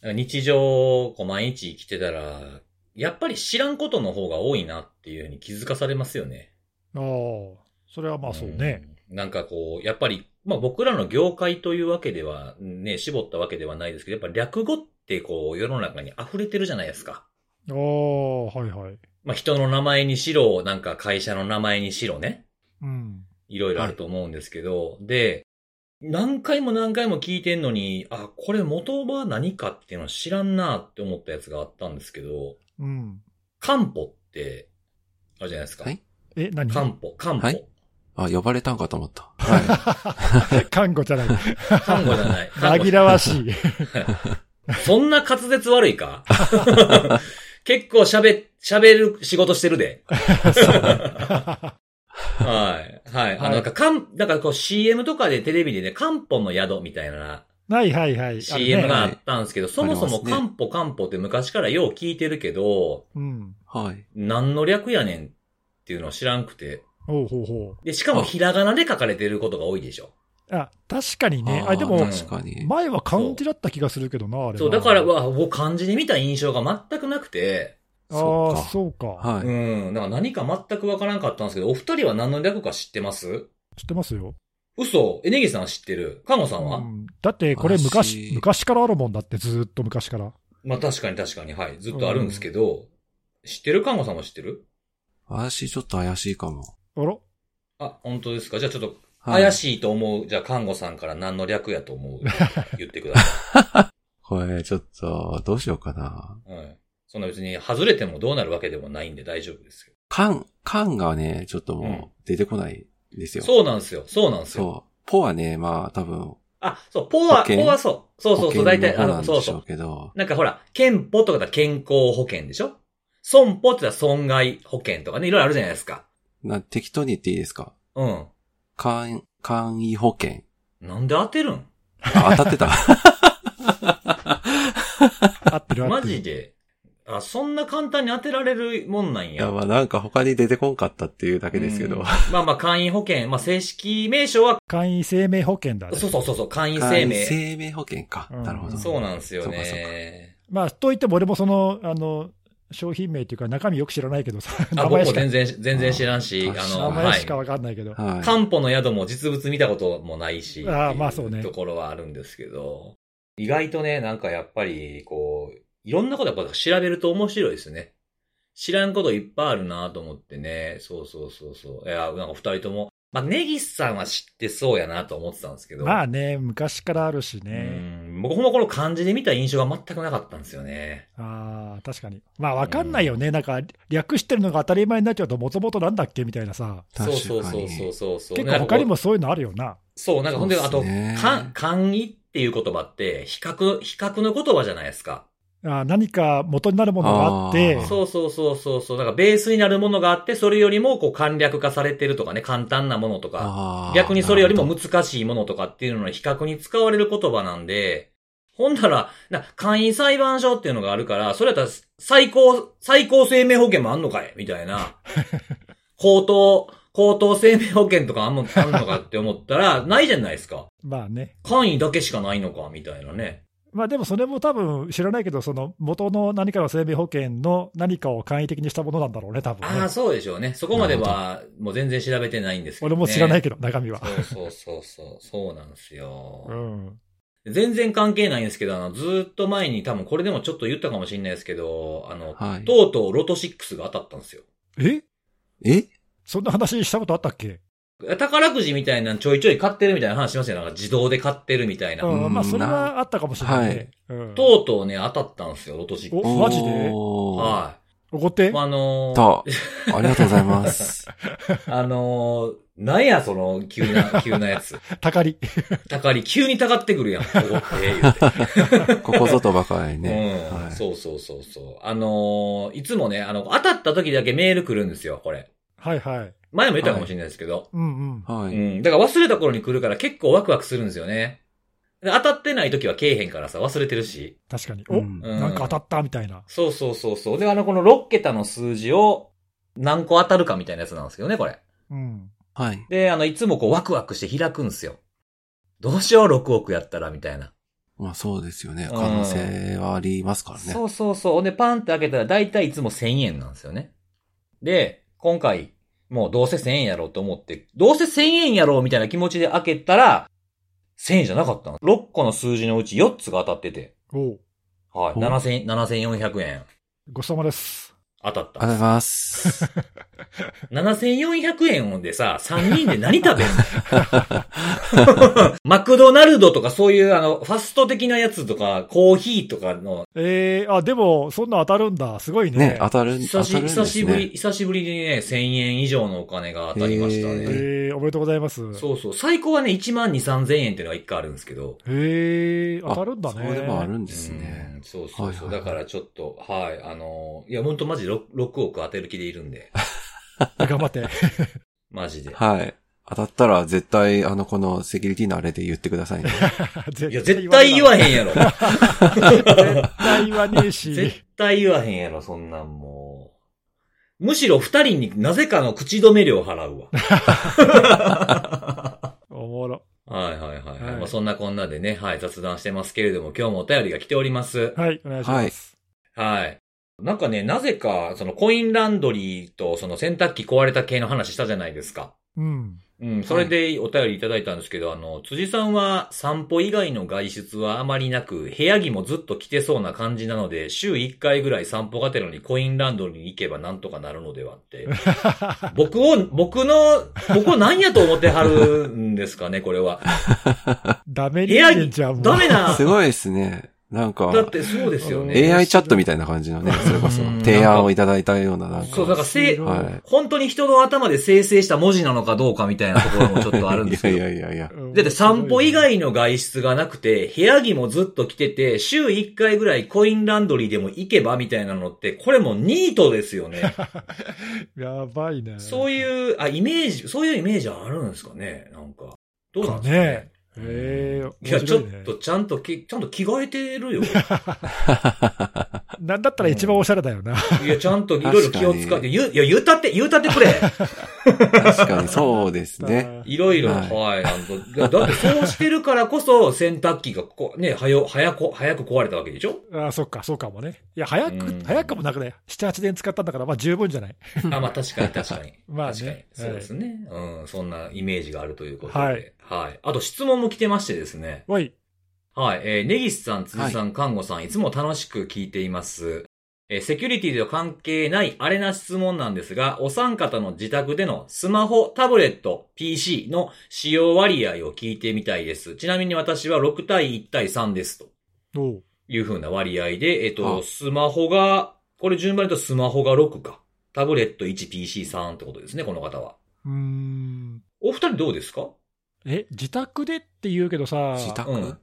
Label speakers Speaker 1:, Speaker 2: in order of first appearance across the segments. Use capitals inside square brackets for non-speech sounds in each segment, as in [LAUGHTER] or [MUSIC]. Speaker 1: なんか日常、こう毎日生きてたら、やっぱり知らんことの方が多いなっていうふうに気づかされますよね。
Speaker 2: ああ、それはまあそうね。
Speaker 1: うん。なんかこう、やっぱり、まあ僕らの業界というわけでは、ね、絞ったわけではないですけど、やっぱ略語ってこう、世の中に溢れてるじゃないですか。
Speaker 2: ああ、はいはい。
Speaker 1: まあ人の名前にしろ、なんか会社の名前にしろね。
Speaker 2: うん。
Speaker 1: いろいろあると思うんですけど、で、何回も何回も聞いてんのに、あ、これ元は何かっていうの知らんなって思ったやつがあったんですけど、
Speaker 2: うん。
Speaker 1: 漢方って、あるじゃないですか。
Speaker 3: はい
Speaker 2: え、何
Speaker 1: 漢方、漢方。
Speaker 3: はいあ、呼ばれたんかと思った。は
Speaker 2: [LAUGHS] 看護じゃない。
Speaker 1: 漢方じゃ
Speaker 3: [LAUGHS]
Speaker 1: ない。漢方
Speaker 2: 紛らわしい。 [LAUGHS]
Speaker 1: そんな滑舌悪い
Speaker 3: [LAUGHS]
Speaker 1: か結構喋、喋る仕事してるで。
Speaker 3: [LAUGHS]
Speaker 1: はい。はい。あ
Speaker 2: はい
Speaker 1: の、なんか、かん、だからこう CM とかでテレビでね、漢方の宿みたいな
Speaker 2: はいはいはい。あ
Speaker 1: CM
Speaker 2: るね
Speaker 1: があったんですけど、そもそ
Speaker 3: あり
Speaker 1: も
Speaker 3: ますね
Speaker 1: 漢方漢方って昔からよう聞いてるけど、
Speaker 2: うん。
Speaker 3: い。はい。
Speaker 1: 何の略やねんっていうのを知らんくて。
Speaker 2: おうほうほ
Speaker 1: で、しかもひらがなで書かれてることが多いでしょ。
Speaker 2: う。あ、確かにね。
Speaker 3: ー
Speaker 2: あ、でも、
Speaker 3: 確かに。
Speaker 2: 前は漢字だった気がするけどな、あれは
Speaker 1: そう、だから、う、わ、もう漢字で見た印象が全くなくて、
Speaker 2: あ
Speaker 3: そ
Speaker 2: あ
Speaker 3: うか、
Speaker 2: そうか。
Speaker 3: はい。
Speaker 1: うん、なんか何か全くわからんかったんですけど、お二人は何の略か知ってます
Speaker 2: 知ってますよ。
Speaker 1: 嘘、エネギさんは知ってる。看護さんは、
Speaker 2: うんだって、これ昔
Speaker 3: 私、
Speaker 2: 昔からあるもんだって、ずーっと昔から。
Speaker 1: まあ確かに確かに、はい。ずっとあるんですけど、知ってる看護さんは知ってる
Speaker 3: 私ちょっと怪しいかも。
Speaker 2: あら
Speaker 1: あ、本当ですかじゃあちょっと、
Speaker 3: はい、
Speaker 1: 怪しいと思う、じゃあ看護さんから何の略やと思う言ってくださ
Speaker 3: これ、ちょっと、どうしようかな。 [LAUGHS]
Speaker 1: い。うん。そんな別に外れてもどうなるわけでもないんで大丈夫ですよ。
Speaker 3: 缶、缶がね、ちょっと
Speaker 1: うん
Speaker 3: もう出てこないんですよ。う。
Speaker 1: そうなんですよ。そうなんですよ。
Speaker 3: そう。ポはね、まあ多分、
Speaker 1: あ、そう、ポは、
Speaker 3: 保険
Speaker 1: ポはそう。そうそうそう、大体、あ
Speaker 3: あ
Speaker 1: の、
Speaker 3: なん
Speaker 1: そ
Speaker 3: で
Speaker 1: う
Speaker 3: し
Speaker 1: そ
Speaker 3: ょ
Speaker 1: う
Speaker 3: う。けど、
Speaker 1: なんかほら、健保とかだったら健康保険でしょ損保って言ったら損害保険とかね、いろいろあるじゃないですか。
Speaker 3: な適当に言っていいですか
Speaker 1: うん。
Speaker 3: 簡、簡易保険。
Speaker 1: なんで当てるん
Speaker 3: あ、当たっ
Speaker 1: [LAUGHS]
Speaker 3: てた。
Speaker 2: 合ってる合
Speaker 1: マ
Speaker 2: ってる。
Speaker 1: ジで。あ、そんな簡単に当てられるもんなん
Speaker 3: い
Speaker 1: や。
Speaker 3: や、まあなんか他に出てこんかったっていうだけですけ
Speaker 1: うん
Speaker 3: ど。
Speaker 1: まあまあ、会員保険。まあ、正式名称は、
Speaker 2: 簡易生命保険だね。
Speaker 1: そうそうそうそう、会員
Speaker 3: 簡
Speaker 1: 生
Speaker 3: 易
Speaker 1: 命。
Speaker 3: 生命保険か。
Speaker 2: うん
Speaker 3: なるほど。
Speaker 1: そうなんですよ
Speaker 3: そうか
Speaker 1: ね。
Speaker 2: まあ、といっても俺もその、あの、商品名っていうか中身よく知らないけどさ、
Speaker 1: あ、
Speaker 2: 名
Speaker 1: 僕
Speaker 2: 前
Speaker 1: も
Speaker 2: しか
Speaker 1: 全、然、全然知らんし、
Speaker 3: あ
Speaker 1: あ
Speaker 2: 名
Speaker 1: の、
Speaker 2: 前
Speaker 1: はい
Speaker 2: し。かわかんないけど。
Speaker 3: はい。
Speaker 1: 漢方の宿も実物見たこともないし、
Speaker 2: あー
Speaker 1: ってい
Speaker 2: まあそうね
Speaker 1: ところはあるんですけど、意外とね、なんかやっぱり、こう、いろんなことやっぱ調べると面白いですね。知らんこといっぱいあるなと思ってね。そうそうそうそう。いや、なんか二人とも、まあ、ネギスさんは知ってそうやなと思ってたんですけど。
Speaker 2: まあね、昔からあるしね。
Speaker 1: うん僕もこの漢字で見た印象が全くなかったんですよね。
Speaker 2: ああ、確かに。まあ、わかんないよね。なんか、略してるのが当たり前になっちゃうと、もともとなんだっけみたいなさ。
Speaker 3: 確かに
Speaker 1: そうそうそうそうそう。なん
Speaker 2: 結構
Speaker 1: かこう
Speaker 2: 他にもそういうのあるよな。
Speaker 1: そう、なんかほんで、
Speaker 3: そう
Speaker 1: あ
Speaker 3: っす
Speaker 1: と、
Speaker 3: ね
Speaker 1: か、漢義っていう言葉って、比較、比較の言葉じゃないですか。
Speaker 2: あー何か元になるものがあって
Speaker 3: あー、
Speaker 1: そうそうそうそうそう。なんかベースになるものがあって、それよりもこう簡略化されてるとかね、簡単なものとか、
Speaker 3: あー
Speaker 1: 逆にそれよりも
Speaker 3: なる
Speaker 1: 難しいものとかっていうのの比較に使われる言葉なんで、ほんなら、な、簡易裁判所っていうのがあるから、それやったら最高、最高生命保険もあんのかいみたい
Speaker 2: [LAUGHS]
Speaker 1: な。高等、高等生命保険とかあんのあんのかって思ったら、ないじゃないですか。
Speaker 2: まあね。
Speaker 1: 簡易だけしかないのかみたいなね。
Speaker 2: [LAUGHS] まあでもそれも多分知らないけど、その元の何かの生命保険の何かを簡易的にしたものなんだろうね、多分
Speaker 1: ああ、
Speaker 2: ね。
Speaker 1: そうでしょうね。そこまでは、もう全然調べてないんですけど、ね。
Speaker 2: 俺も知らないけど、中身は。
Speaker 1: そうそうそうそう、そうなんです
Speaker 2: う
Speaker 1: よ。
Speaker 2: ん。
Speaker 1: 全然関係ないんですけど、あの、ずーっと前に多分これでもちょっと言ったかもしれないですけど、あの、
Speaker 3: ほどはい。
Speaker 1: とうとうロト6が当たったんですよ。
Speaker 2: え
Speaker 3: え
Speaker 2: そんな話したことあったっけ
Speaker 1: 宝くじみたいなのちょいちょい買ってるみたいな話しますよ。なんか自動で買ってるみたいな。
Speaker 2: うん、まあ
Speaker 3: うん
Speaker 2: それはあったかもしれないね。うん
Speaker 1: とうとうね、当たったんですよ、ロト6。
Speaker 2: おマジで
Speaker 3: おー
Speaker 1: は
Speaker 2: おごって
Speaker 1: い。あのー、
Speaker 3: と、ありがとうござい [LAUGHS] ます。
Speaker 1: あのー、なんや、その、急
Speaker 3: [LAUGHS]
Speaker 1: な、急なやつ。
Speaker 2: たかり。
Speaker 1: たかり、急にたかってくるやん。おごって、言うて。
Speaker 3: ここぞとばかり [LAUGHS] ね。
Speaker 1: うん、
Speaker 3: はい
Speaker 1: そうそうそうそう。あのーいつもね、あの、当たった時だけメール来るんですよ、これ。
Speaker 2: はいはい。
Speaker 1: 前も言ったかもしれないですけど。
Speaker 2: うんうん。
Speaker 3: は
Speaker 1: う
Speaker 3: い。
Speaker 1: ん。だから忘れた頃に来るから結構ワクワクするんですよね。で当たってない時はけえへんからさ、忘れてるし。
Speaker 2: 確かに。
Speaker 3: う
Speaker 2: お、
Speaker 3: ん
Speaker 1: うん
Speaker 2: なんか当たったみたいな。
Speaker 1: そうそうそうそう。で、あの、この6桁の数字を何個当たるかみたいなやつなんですけどね、これ。
Speaker 2: うん。
Speaker 3: はい。
Speaker 1: で、あの、いつもこうワクワクして開くんですよ。どうしよう、6億やったら、みたいな。
Speaker 3: うまあそうですよね。
Speaker 1: うん
Speaker 3: 可能性はありますからね。
Speaker 1: そうそうそう。で、パンって開けたら、だいたいいつも1000円なんですよね。で、今回、もうどうせ1000円やろうと思って、どうせ1000円やろうみたいな気持ちで開けたら、1000円じゃなかったの。6個の数字のうち4つが当たってて、
Speaker 2: おう
Speaker 1: はい、
Speaker 3: お
Speaker 1: 7000 7400円
Speaker 2: ごちそうさまです。
Speaker 1: 当たっ
Speaker 3: ありがとうござい
Speaker 1: た。
Speaker 3: ます。
Speaker 1: 7400円でさ、3人で何食べん
Speaker 3: [LAUGHS]
Speaker 1: のマクドナルドとかそういうあの、ファスト的なやつとか、コーヒーとかの、
Speaker 2: えー、あ、でも、そんな当たるんだ。すごいね。
Speaker 3: [LAUGHS] ね、当たる、当
Speaker 1: 久
Speaker 3: た
Speaker 1: し
Speaker 3: るんですね。
Speaker 1: 久しぶり、久しぶりにね、1000円以上のお金が当たりましたね。
Speaker 3: へ
Speaker 2: えー、おめでとうございます。
Speaker 1: そうそう。最高はね、1万2、3千円っていうのが1回あるんですけど。
Speaker 2: へえ、当たるんだね。
Speaker 3: そうでもあるんですね
Speaker 1: う。ん。そうそうそう。
Speaker 3: はいはいはい
Speaker 1: だからちょっと、はい、あのーいや、ほんとマジ 6, 6億当てる気でいるん
Speaker 3: [LAUGHS]
Speaker 1: で。
Speaker 2: [LAUGHS] 頑
Speaker 1: [LAUGHS]
Speaker 2: 張って。
Speaker 1: マジで。
Speaker 3: はい。当たったら絶対、あの、このセキュリティのあれで言ってく
Speaker 1: [LAUGHS]
Speaker 3: ださいね。
Speaker 1: いや、絶対言わ
Speaker 2: ん。
Speaker 1: へんやろ。
Speaker 2: 絶対言わねえし。
Speaker 1: [LAUGHS] 絶対言わへんやろ、そんなんもう。むしろ二人になぜかの口止め料払
Speaker 3: [LAUGHS]
Speaker 1: うわ。
Speaker 2: おもろ。
Speaker 1: はいはいはい。
Speaker 2: はい
Speaker 1: まあ、そんなこんなでね、はい、雑談してますけれども、今日もお便りが来ております。
Speaker 2: はい、お願いします。
Speaker 1: はい。なんかね、なぜか、そのコインランドリーとその洗濯機壊れた系の話したじゃないですか。
Speaker 2: うん。
Speaker 1: うん、それでお便りいただいたんですけど、あの、辻さんは散歩以外の外出はあまりなく、部屋着もずっと着てそうな感じなので、週1回ぐらい散歩がてらにコインランドリーに行けばなんとかなるのでは
Speaker 3: [LAUGHS]
Speaker 1: って。僕を、僕の、僕を何やと思ってはるんですかね、これ
Speaker 3: [LAUGHS]
Speaker 1: は。
Speaker 2: ダメ
Speaker 1: 部
Speaker 2: 人
Speaker 1: 屋
Speaker 2: 間
Speaker 1: 着
Speaker 2: じゃん、、もう
Speaker 1: ダメな、
Speaker 3: すごいですね。なんか、
Speaker 1: だってそうですよね。
Speaker 3: AI チャットみたいな感じのね、それこそ
Speaker 1: うん、
Speaker 3: 提案をいただいたような、なん
Speaker 1: そう、だ
Speaker 3: か、
Speaker 1: からせい、
Speaker 2: 白
Speaker 3: はい。
Speaker 1: 本当に人の頭で生成した文字なのかどうかみたいなところもちょっとあるんですけど
Speaker 3: [LAUGHS] い。やいやいやいや。
Speaker 1: だって散歩以外の外出がなくて、部屋着もずっと着てて、週1回ぐらいコインランドリーでも行けばみたいなのって、これもうニートですよね。
Speaker 2: やばいね。
Speaker 1: そう
Speaker 2: う。
Speaker 1: いう、あ、イメージ、そういうイメージあるんですかねなんか。どうなんですかね
Speaker 2: ね。え
Speaker 1: いや、
Speaker 2: 面
Speaker 1: ちょ
Speaker 2: 白
Speaker 1: っ
Speaker 2: いね。
Speaker 1: とちゃんとき、ちゃんと着替えてるよ。
Speaker 2: なんだったら一番おしゃれだよな。
Speaker 1: いや、ちゃんといろいろ気を使って、ゆ、いや、言うたって、言うたってくれ。
Speaker 3: 確かにそうです
Speaker 2: [LAUGHS]
Speaker 3: ね。
Speaker 1: いろいろ、
Speaker 3: はい
Speaker 1: はい、あの、だだってそうしてるからこそ、洗濯機がこう、ね、はよ、早く、早く壊れたわけで
Speaker 2: [LAUGHS]
Speaker 1: しょ
Speaker 2: あ、そっか、そうかもね。いや、早く、
Speaker 1: うん
Speaker 2: 早くもなくね。7、8年使ったんだから、まあ十分じゃない。
Speaker 1: あ、まあ確かに確かに。
Speaker 2: [LAUGHS] まあね
Speaker 1: 確かに。そうですね、うん、そんなイメージがあるということで。は
Speaker 2: はいい。
Speaker 1: あと質問も来てましてですね。
Speaker 2: おい。
Speaker 1: はい。えー、ネギスさん、辻さん、看護さん、いつも楽しく聞いています。えー、セキュリティと関係ないあれな質問なんですが、お三方の自宅でのスマホ、タブレット、PC の使用割合を聞いてみたいです。ちなみに私は6対1対3ですと。
Speaker 2: おう
Speaker 1: いうふうな割合で、えっと、
Speaker 3: あ
Speaker 1: スマホが、これ順番に言うとスマホが6か。タブレット 1PC3 ってことですね、この方は。
Speaker 2: うーん。
Speaker 1: お二人どうですか
Speaker 2: え、自宅でって言うけどさ、
Speaker 3: 自宅
Speaker 1: うん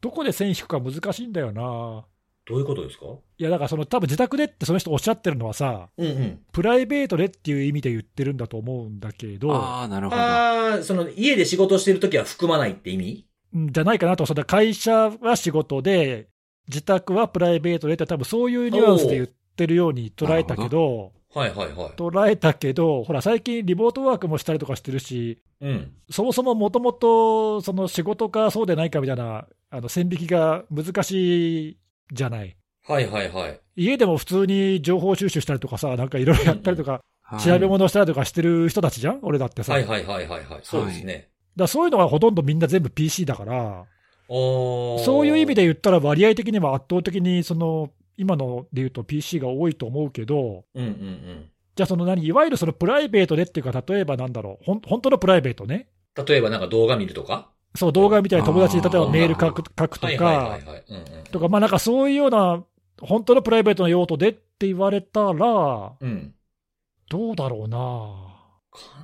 Speaker 2: どこで線引くか難しいんだよな。
Speaker 1: どういうことですか
Speaker 2: いや、だからその、多分自宅でってその人おっしゃってるのはさ、
Speaker 1: うんうん。
Speaker 2: プライベートでっていう意味で言ってるんだと思うんだけど、
Speaker 3: ああ、なるほど。
Speaker 1: ああ、その、家で仕事してるときは含まないって意味
Speaker 2: うんじゃないかなと、その会社は仕事で、自宅はプライベートでって、多分そういうニュアンスで言ってるように捉えたけど、
Speaker 1: はいはいはい。
Speaker 2: 捉えたけど、ほら、最近リモートワークもしたりとかしてるし、
Speaker 1: うん。
Speaker 2: そもそももともとその仕事かそうでないかみたいなあの線引きが難しいじゃない。
Speaker 1: はいはいはい。
Speaker 2: 家でも普通に情報収集したりとかさ、なんかいろいろやったりとか、
Speaker 3: はい
Speaker 2: 調べ物したりとかしてる人たちじゃん、俺だってさ。
Speaker 1: はい
Speaker 2: だか
Speaker 1: はいはいはいはい。そうですね。
Speaker 2: らそういうのがほとんどみんな全部 PC だから、
Speaker 1: お
Speaker 2: そういう意味
Speaker 1: で。
Speaker 2: で言ったら、割合的には圧倒的にその今ので言うと PC が多いと思うけど、
Speaker 1: うんうんうん。
Speaker 2: じゃあ、その何、いわゆるそのプライベートでっていうか、例えばなんだろう、ほん本当のプライベートね、
Speaker 1: 例えばなんか動画見るとか
Speaker 2: そう動画みたいに友達に例えばメール書く書くと
Speaker 1: はいはいは
Speaker 2: か
Speaker 1: い、はい。うんうん。
Speaker 2: とか、まあなんかそういうような、本当のプライベートの用途でって言われたら、
Speaker 1: うん。
Speaker 2: どうだろうな、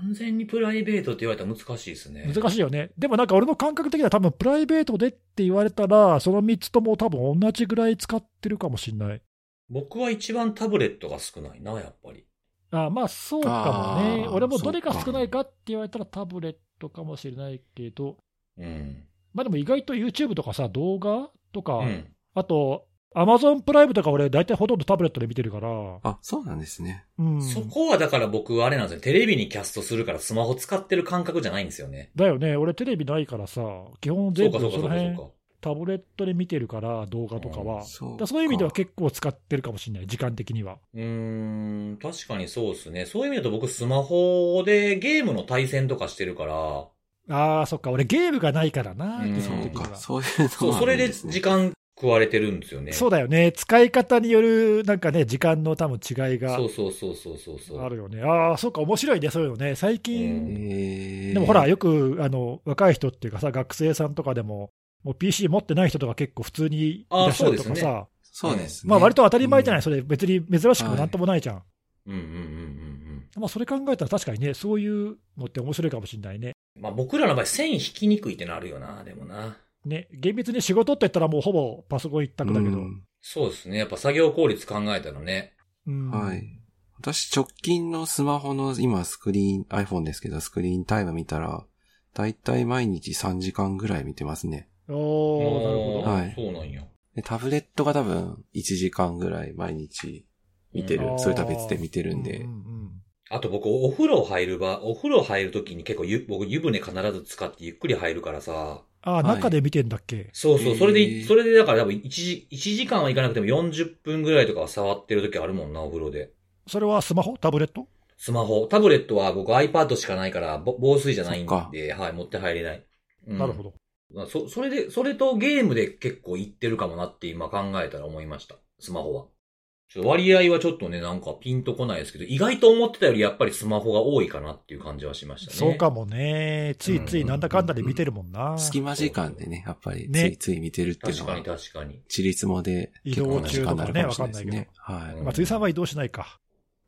Speaker 1: 完全にプライベートって言われたら難しいですね。
Speaker 2: 難しいよね、でもなんか俺の感覚的には、多分プライベートでって言われたら、その3つとも多分同じぐらい使ってるかもしれない。
Speaker 1: 僕は一番タブレットが少ないな、やっぱり。
Speaker 2: あまあそうかもね、
Speaker 3: あー
Speaker 2: 俺もどれが
Speaker 3: そうか
Speaker 2: 少ないかって言われたら、タブレットかもしれないけど、
Speaker 1: うん。
Speaker 2: まあでも意外と YouTube とかさ、動画とか、
Speaker 1: うん。
Speaker 2: あと、Amazon プライムとか俺、大体ほとんどタブレットで見てるから、
Speaker 3: あ、そうなんですね。
Speaker 2: うん、
Speaker 1: そこはだから僕はあれなんですよ。テレビにキャストするからスマホ使ってる感覚じゃないんですよね。
Speaker 2: だよね、俺テレビないからさ、基本
Speaker 1: そう
Speaker 2: 全部
Speaker 1: か
Speaker 2: そ
Speaker 1: そ
Speaker 2: の
Speaker 1: うかそうかそ
Speaker 2: 辺
Speaker 1: うか。
Speaker 2: タブレットで見てるから、動画とかは。
Speaker 3: そう
Speaker 2: だか
Speaker 3: から
Speaker 2: そういう意味では結構使ってるかもしれない、時間的には。
Speaker 1: うーん、確かにそうですね。そういう意味だと僕スマホでゲームの対戦とかしてるから、
Speaker 2: ああ、そっか、俺ゲームがないからな、
Speaker 1: うん
Speaker 2: 基
Speaker 3: そ
Speaker 2: 本
Speaker 3: う
Speaker 2: 的に
Speaker 3: か。
Speaker 2: は。
Speaker 3: そういう
Speaker 1: そ
Speaker 3: の
Speaker 1: う、
Speaker 3: は
Speaker 1: そ
Speaker 3: ある
Speaker 1: れ
Speaker 3: ん
Speaker 1: です
Speaker 3: ね
Speaker 1: 時間食われてるんですよね。
Speaker 2: そうだよね。使い方による、なんかね、時間の多分違いが
Speaker 1: そうそうそうそうそうそう。
Speaker 2: あるよね。ああ、そうか、面白いね、そういうのね。最
Speaker 1: う
Speaker 2: 近、
Speaker 3: えー
Speaker 2: でもほら、よく、あの、若い人っていうかさ、学生さんとかでも、もう PC 持ってない人とか結構普通にいらっしゃ
Speaker 1: あーそう
Speaker 2: るとか
Speaker 1: ですね
Speaker 2: さ、
Speaker 3: そうですね。
Speaker 2: まあ割と当たり前じゃない、
Speaker 3: うん
Speaker 2: それ別に珍しくもなんともないじゃん。
Speaker 1: うんうんうんうん
Speaker 2: まあそれ考えたら確かにね、そういうのって面白いかもしれないね。
Speaker 1: うん。まあ僕らの場合線引きにくいってのあるよな、でもな。
Speaker 2: ね、厳密に仕事って言ったらもうほぼパソコン一択だけど。
Speaker 3: うん
Speaker 1: そうですね。やっぱ作業効率考えたらね。
Speaker 2: うん
Speaker 3: はい。私、直近のスマホの今スクリーン、iPhone ですけど、スクリーンタイム見たら、だいたい毎日3時間ぐらい見てますね。
Speaker 1: あ
Speaker 2: おー、なるほど。
Speaker 1: ー
Speaker 3: はい
Speaker 1: そうなんや。
Speaker 3: でタブレットが多分1時間ぐらい毎日見て
Speaker 1: う
Speaker 3: る。
Speaker 2: ん
Speaker 3: それとは別で見てるんで。
Speaker 2: うんうんうん
Speaker 1: あと僕、お風呂入る場、お風呂入るときに結構ゆ、僕、湯船必ず使ってゆっくり入るからさ。
Speaker 2: ああ、
Speaker 3: はい
Speaker 2: 中で見てんだっけ
Speaker 1: そうそ
Speaker 3: へ
Speaker 1: う、
Speaker 3: ー
Speaker 1: それで、それでだから多分1時、一時間はいかなくても40分ぐらいとかは触ってるときあるもんな、お風呂で。
Speaker 2: それはスマホタブレット
Speaker 1: スマホ。タブレットは僕 iPad しかないから、ぼ防水じゃないん
Speaker 3: そっか
Speaker 1: で、はい、持って入れない。うん
Speaker 2: なるほど。
Speaker 1: まあそ、それで、それとゲームで結構いってるかもなって今考えたら思いました。スマホは。ちょっと割合はちょっとね、なんかピンとこないですけど、意外と思ってたよりやっぱりスマホが多いかなっていう感じはしましたね。
Speaker 2: そうかもね。ついついなんだかんだで見てるもんな。
Speaker 3: 隙間時間でね、やっぱりつ
Speaker 2: ね
Speaker 3: いつい見てるっていう
Speaker 1: 確
Speaker 3: の
Speaker 1: か
Speaker 3: は
Speaker 1: に、確かに。
Speaker 3: 自立もで
Speaker 2: 移
Speaker 3: 結構
Speaker 2: 動
Speaker 3: な時
Speaker 2: 中
Speaker 3: 間
Speaker 2: と
Speaker 3: にな
Speaker 2: か
Speaker 3: る
Speaker 2: ね、
Speaker 3: かも
Speaker 2: わ
Speaker 3: しれ
Speaker 2: か
Speaker 3: ない
Speaker 2: んない
Speaker 3: です
Speaker 2: けど
Speaker 3: ね。。はい。
Speaker 2: まあ、辻さんは移動しないか。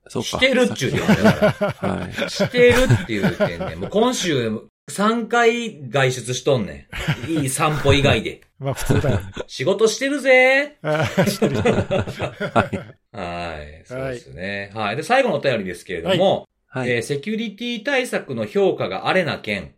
Speaker 3: そうか。
Speaker 1: してるっちゅう点だから。
Speaker 3: はい。
Speaker 1: してるっていう点
Speaker 3: [LAUGHS]
Speaker 1: ね。もう今週3回外出しとんねん。いい散歩以外
Speaker 3: [LAUGHS]
Speaker 1: で。
Speaker 2: まあ、普通だよね。 [LAUGHS]
Speaker 1: 仕事してるぜ
Speaker 2: あー知ってる
Speaker 1: はい。そうですね。はい。で、最後のお便りですけれども、
Speaker 3: はい。
Speaker 1: えーセキュリティ対策の評価があれな件、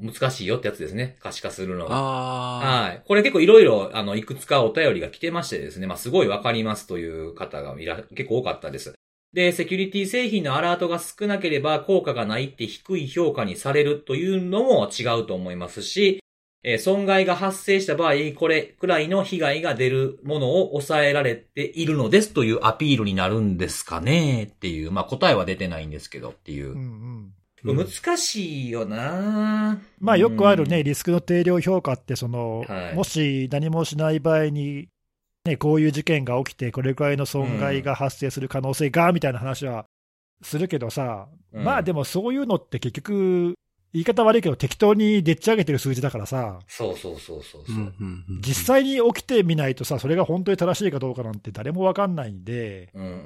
Speaker 1: 難しいよってやつですね。可視化するのは。
Speaker 3: あ
Speaker 1: はい。これ結構いろいろ、あの、いくつかお便りが来てましてですね、まあ、すごいわかりますという方がいら、結構多かったです。で、セキュリティ製品のアラートが少なければ効果がないって低い評価にされるというのも違うと思いますし、えー損害が発生した場合、これくらいの被害が出るものを抑えられているのですというアピールになるんですかねっていう、まあ、答えは出てないんですけどっていうう。
Speaker 2: んうん
Speaker 3: うん
Speaker 1: 難しいよな
Speaker 2: まあ、よくある
Speaker 1: うん
Speaker 2: ね、リスクの定量評価って、その
Speaker 1: はい
Speaker 2: もし何もしない場合に、ね、こういう事件が起きて、これくらいの損害が発生する可能性がみたいな話はするけどさ、
Speaker 1: うん
Speaker 2: まあでもそういうのって結局、言い方悪いけど、適当にでっち上げてる数字だからさ、
Speaker 1: そうそうそうそう
Speaker 3: う
Speaker 1: そう。
Speaker 3: んうんうん
Speaker 2: 実際に起きてみないとさ、それが本当に正しいかどうかなんて誰も分かんないんで、
Speaker 1: うんうんうんうん。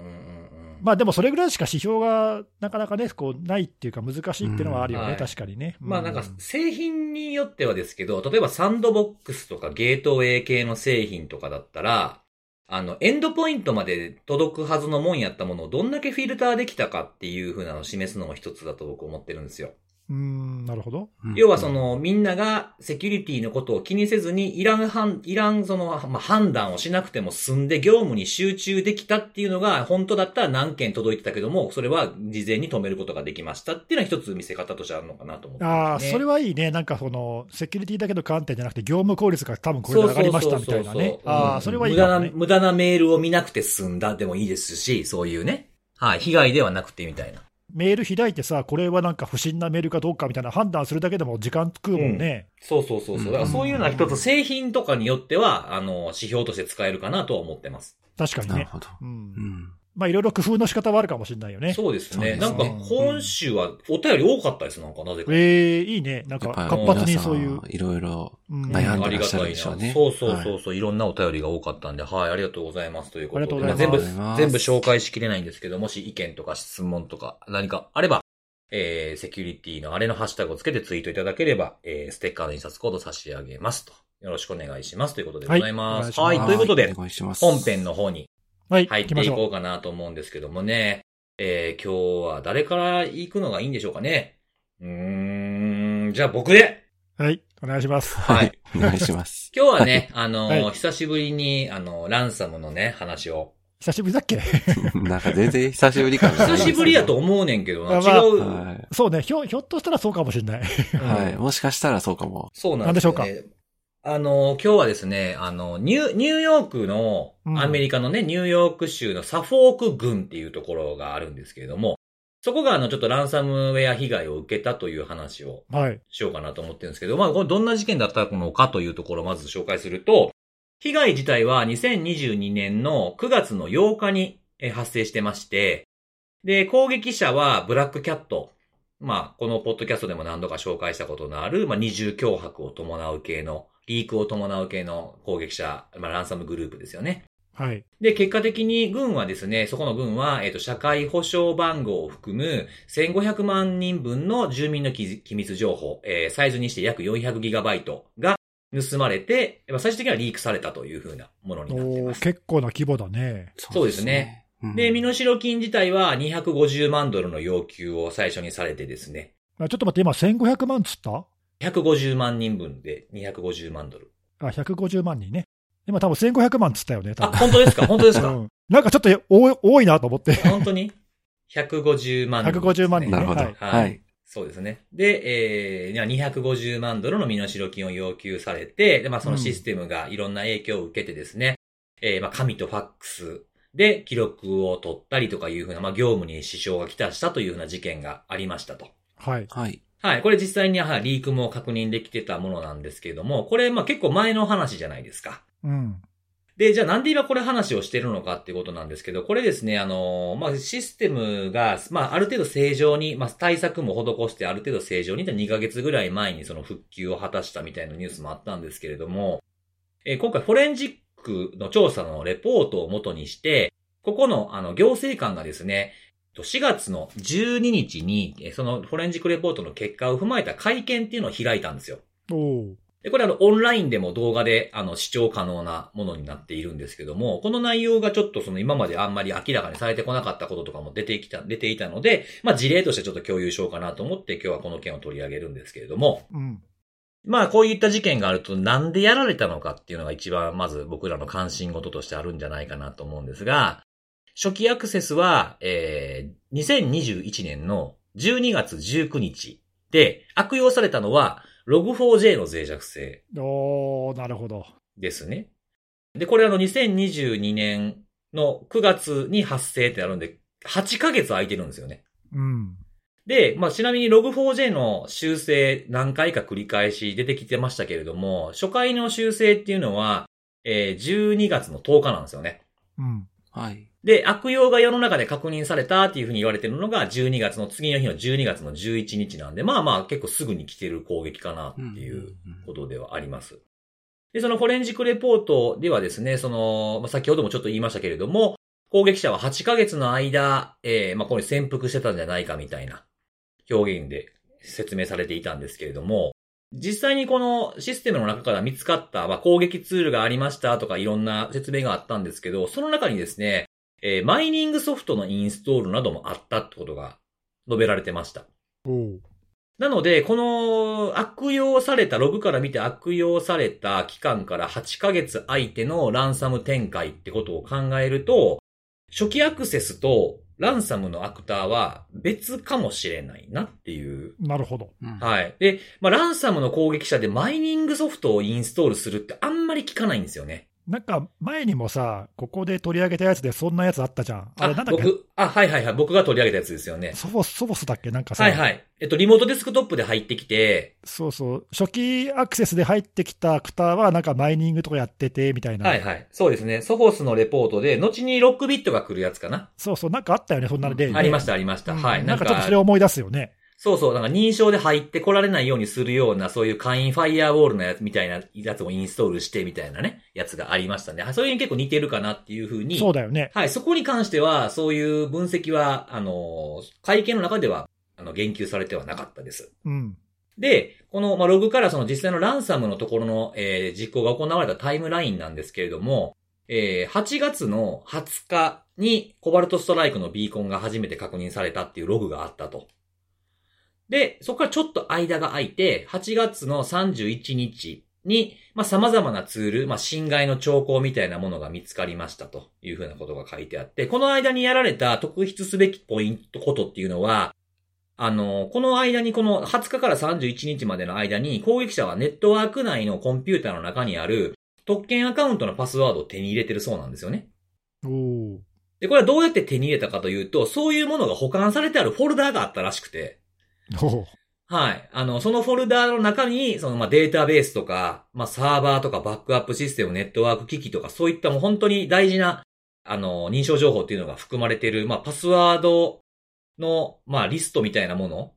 Speaker 2: まあでもそれぐらいしか指標がなかなかね、こうないっていうか、難しいっていうのはあるよね、
Speaker 1: うんはい
Speaker 2: 確かにね。
Speaker 1: まあなんか
Speaker 2: うん
Speaker 1: 製品によってはですけど、例えばサンドボックスとかゲートウェイ系の製品とかだったら、あの、エンドポイントまで届くはずのもんやったものをどんだけフィルターできたかっていう風なのを示すのも一つだと僕思ってるんですよ。
Speaker 2: うん、なるほど。
Speaker 1: 要はそ、の、みんながセキュリティのことを気にせずに、いらん判、いらんその、まあ、判断をしなくても済んで業務に集中できたっていうのが、本当だったら何件届いてたけども、それは事前に止めることができましたっていうのは一つ見せ方としてあるのかなと思って
Speaker 2: あ
Speaker 1: ま
Speaker 2: あ、
Speaker 1: すね、
Speaker 2: それはいいね、なんかその、セキュリティだけの観点じゃなくて、業務効率が多分これで上がりましたみたいな
Speaker 1: そうそうそう
Speaker 2: ね
Speaker 1: そ。う
Speaker 2: あ
Speaker 1: う
Speaker 2: あ、
Speaker 1: ん
Speaker 2: それはいい
Speaker 1: 無駄
Speaker 2: かも
Speaker 1: な、
Speaker 2: ね。
Speaker 1: 無駄なメールを見なくて済んだでもいいですし、そういうね。はい。被害ではなくてみたいな。
Speaker 2: メール開いてさ、これはなんか不審なメールかどうかみたいな判断するだけでも時間食うもんね。
Speaker 1: そうそうそうそう。だからそういうのは一つ製品とかによっては、あの、指標として使えるかなとは思ってます。
Speaker 2: 確かに
Speaker 3: なる
Speaker 2: ね。
Speaker 3: ほど。
Speaker 2: うん
Speaker 3: う。ん。
Speaker 2: まあいろいろ工夫の仕方はあるかもしれないよね。
Speaker 1: そうですね。な
Speaker 3: そ
Speaker 1: ん
Speaker 3: う
Speaker 1: か
Speaker 2: ですね
Speaker 1: 今週はお便り多かったです、なんかなぜか。
Speaker 2: ええいいね。なん
Speaker 3: や
Speaker 2: か
Speaker 3: っぱり
Speaker 2: 活発にそういう
Speaker 3: 皆。さんいろいろ
Speaker 2: うん
Speaker 3: 悩
Speaker 1: あ
Speaker 3: んで
Speaker 1: り
Speaker 3: らっ
Speaker 1: が
Speaker 3: しゃ
Speaker 1: た
Speaker 3: る
Speaker 1: い
Speaker 3: でしょ
Speaker 1: な。
Speaker 3: うね。
Speaker 1: そうそうそうそう、い、ろんなお便りが多かったんで、はい、ありがとうございますということで。
Speaker 2: ありがとうござい
Speaker 1: 全
Speaker 2: ま
Speaker 1: 部
Speaker 2: す、
Speaker 1: 全部紹介しきれないんですけど、もし意見とか質問とか何かあれば、えー、セキュリティのあれのハッシュタグをつけてツイートいただければ、えー、ステッカーの印刷コード差し上げますと。よろしくお願いしますということでございます。
Speaker 2: は
Speaker 1: はいい、
Speaker 2: お願
Speaker 1: ということ
Speaker 3: は
Speaker 1: で
Speaker 3: お、願いします
Speaker 1: 本編の方に
Speaker 2: はい、
Speaker 1: 入
Speaker 2: 行
Speaker 1: っ
Speaker 2: き
Speaker 1: て
Speaker 2: ま
Speaker 1: い
Speaker 2: しょ
Speaker 1: こ
Speaker 2: う。
Speaker 1: うかなと思うんですけどもね。えー、今日は誰から行くのがいいんでしょうかね。うーん、じゃあ僕で
Speaker 2: はい、お願いします。
Speaker 1: は
Speaker 3: [LAUGHS] はいい。お願いします。 [LAUGHS]
Speaker 1: 今日はね、あのー
Speaker 2: は
Speaker 1: 久しぶりに、あのーランサムのね、話を。
Speaker 2: 久しぶりだっけ [LAUGHS]
Speaker 3: なんか全然久しぶり感がない
Speaker 1: 久
Speaker 3: です
Speaker 1: しぶりやと思うねんけどな、
Speaker 2: まあまあ
Speaker 1: 違う。
Speaker 3: は
Speaker 2: そうねひょ、ひょっとしたらそうかもしれない。 [LAUGHS]
Speaker 3: い。はい。もしかしたらそうかも。
Speaker 1: そうなんですよ、ね。
Speaker 2: なんで
Speaker 1: しょうか。あの、今日はですね、あの、ニュー、ニューヨークの
Speaker 2: う、ん
Speaker 1: アメリカのね、ニューヨーク州のサフォーク郡っていうところがあるんですけれども、そこがあの、ちょっとランサムウェア被害を受けたという話を
Speaker 2: はい。
Speaker 1: しようかなと思ってるんですけど、まあ、これどんな事件だったのかというところをまず紹介すると、被害自体は2022年の9月の8日にえー発生してまして、で、攻撃者はブラックキャット。まあ、このポッドキャストでも何度か紹介したことのある、まあ、二重脅迫を伴う系の、リークを伴う系の攻撃者、まあ、ランサムグループですよね。
Speaker 2: はい。
Speaker 1: で、結果的に軍はですね、そこの軍は、えっ、と、社会保障番号を含む1500万人分の住民の機機密情報、えーサイズにして約 400GB が盗まれて、まあ最終的にはリークされたというふうなものになってい
Speaker 2: お
Speaker 1: ま
Speaker 2: ー
Speaker 1: す。
Speaker 2: 結構な規模だね。
Speaker 1: そうですね。
Speaker 3: うん
Speaker 1: で、身代金自体は250万ドルの要求を最初にされてですね、
Speaker 2: あちょっと待って、今1500万っつった
Speaker 1: 150万人分で250万ドル。
Speaker 2: あ、150万人ね。今多分1500万っつったよね、多
Speaker 1: あ、
Speaker 2: 分。
Speaker 1: 本当ですか本当ですか、
Speaker 2: うんなんかちょっと多い多いなと思って。
Speaker 1: 本当に ?150 万人ですね、
Speaker 2: 150万人
Speaker 3: なるほど。
Speaker 2: はい
Speaker 3: はい。
Speaker 1: そうですね。で、えーじゃあ、250万ドルの身代金を要求されて、で、まあ、そのシステムがいろんな影響を受けてですね、えーまあ、紙とファックスで記録を取ったりとかいうふうな、まあ、業務に支障がきたしたというふうな事件がありましたと。
Speaker 2: はい。
Speaker 3: はい。
Speaker 1: はい。これ実際に、はい、リークも確認できてたものなんですけれども、これ、まあ、結構前の話じゃないですか。
Speaker 2: うん。
Speaker 1: で、じゃあなんで今これ話をしてるのかっていうことなんですけど、これですね、あの、まあ、システムが、まあ、ある程度正常に、まあ、対策も施してある程度正常に、で2ヶ月ぐらい前にその復旧を果たしたみたいなニュースもあったんですけれども、えー今回フォレンジックの調査のレポートを元にして、ここの、あの、行政官がですね、と4月の12日に、えーそのフォレンジックレポートの結果を踏まえた会見っていうのを開いたんですよ。
Speaker 2: おお。
Speaker 1: で、これあの、オンラインでも動画で、あの、視聴可能なものになっているんですけども、この内容がちょっとその今まであんまり明らかにされてこなかったこととかも出てきた、出ていたので、まあ事例としてちょっと共有しようかなと思って今日はこの件を取り上げるんですけれども、
Speaker 2: うん。
Speaker 1: まあこういった事件があるとなんでやられたのかっていうのが一番まず僕らの関心事としてあるんじゃないかなと思うんですが、初期アクセスは、えー、2021年の12月19日で悪用されたのはログ 4J の脆弱性。
Speaker 2: おーなるほど。
Speaker 1: ですね。で、これあの2022年の9月に発生ってなるんで、8ヶ月空いてるんですよね。
Speaker 2: うん。
Speaker 1: で、まあ、ちなみに Log4j の修正何回か繰り返し出てきてましたけれども、初回の修正っていうのは、えー12月の10日なんですよね。
Speaker 2: うん。
Speaker 3: はい。
Speaker 1: で、悪用が世の中で確認されたっていうふうに言われてるのが12月の次の日の12月の11日なんで、まあまあ結構すぐに来てる攻撃かなっていうことではあります。で、そのフォレンジックレポートではですね、その、まあ、先ほどもちょっと言いましたけれども、攻撃者は8ヶ月の間、えー、まあ、ここに潜伏してたんじゃないかみたいな表現で説明されていたんですけれども、実際にこのシステムの中から見つかった、まあ、攻撃ツールがありましたとかいろんな説明があったんですけど、その中にですね、えーマイニングソフトのインストールなどもあったってことが述べられてました。
Speaker 2: おお。
Speaker 1: なので、この悪用された、ログから見て悪用された期間から8ヶ月相手のランサム展開ってことを考えると、初期アクセスとランサムのアクターは別かもしれないなっていう。
Speaker 2: なるほど。
Speaker 3: うん
Speaker 1: はい。で、まあ、ランサムの攻撃者でマイニングソフトをインストールするってあんまり聞かないんですよね。
Speaker 2: なんか前にもさ、ここで取り上げたやつでそんなやつあったじゃん。あれなんだっけ
Speaker 1: 僕、あ、はいはいはい。僕が取り上げたやつですよね。
Speaker 2: ソフォス、ソフォスだっけなんかさ、
Speaker 1: はいはい。えっと、リモートデスクトップで入ってきて、
Speaker 2: そうそう、初期アクセスで入ってきたクターはなんかマイニングとかやっててみたいな。
Speaker 1: はいはい。そうですね。ソフォスのレポートで、後にロックビットが来るやつかな。
Speaker 2: そうそう、なんかあったよね、そんな例、ね
Speaker 1: ありました、ありました。
Speaker 2: うん
Speaker 1: はい。
Speaker 2: な
Speaker 1: なんん
Speaker 2: か
Speaker 1: か、
Speaker 2: ちょっとそれを思い出すよね。
Speaker 1: そうそう、なんか認証で入ってこられないようにするような、そういう会員ファイアウォールのやつみたいなやつをインストールしてみたいなね、やつがありましたね。はいそれに結構似てるかなっていうふうに。
Speaker 2: そうだよね。
Speaker 1: はい。そこに関しては、そういう分析は、あの、会見の中では、あの、言及されてはなかったです。
Speaker 2: うん。
Speaker 1: で、この、まあ、ログからその実際のランサムのところの、えー実行が行われたタイムラインなんですけれども、えー8月の20日にコバルトストライクのビーコンが初めて確認されたっていうログがあったと。で、そこからちょっと間が空いて、8月の31日に、まあ、様々なツール、まあ、侵害の兆候みたいなものが見つかりましたというふうなことが書いてあって、この間にやられた特筆すべきポイント、ことっていうのは、あの、この間に、この20日から31日までの間に、攻撃者はネットワーク内のコンピューターの中にある、特権アカウントのパスワードを手に入れてるそうなんですよね。
Speaker 2: おお。
Speaker 1: で、これはどうやって手に入れたかというと、そういうものが保管されてあるフォルダーがあったらしくて、
Speaker 2: おお。
Speaker 1: はい。あの、そのフォルダーの中に、その、まあ、データベースとか、まあ、サーバーとかバックアップシステム、ネットワーク機器とか、そういったもう本当に大事な、あの、認証情報っていうのが含まれている、まあ、パスワードの、まあ、リストみたいなもの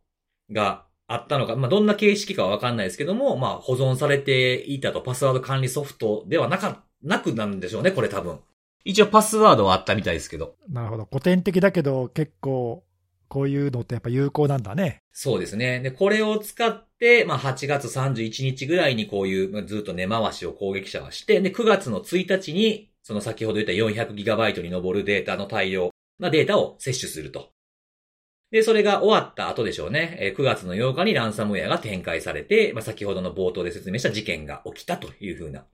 Speaker 1: があったのか、まあ、どんな形式かはわかんないですけども、まあ、保存されていたと、パスワード管理ソフトではなか、なくなんでしょうね、これ多分。一応パスワードはあったみたいですけど。
Speaker 2: なるほど。古典的だけど、結構、こういうのってやっぱ有効なんだね。
Speaker 1: そうですね。で、これを使って、まあ、8月31日ぐらいにこういう、まあずっと根回しを攻撃者はして、で、9月の1日に、その先ほど言った 400GB に上るデータの対応なデータを摂取すると。で、それが終わった後でしょうね。えー9月の8日にランサムウェアが展開されて、まあ、先ほどの冒頭で説明した事件が起きたというふうな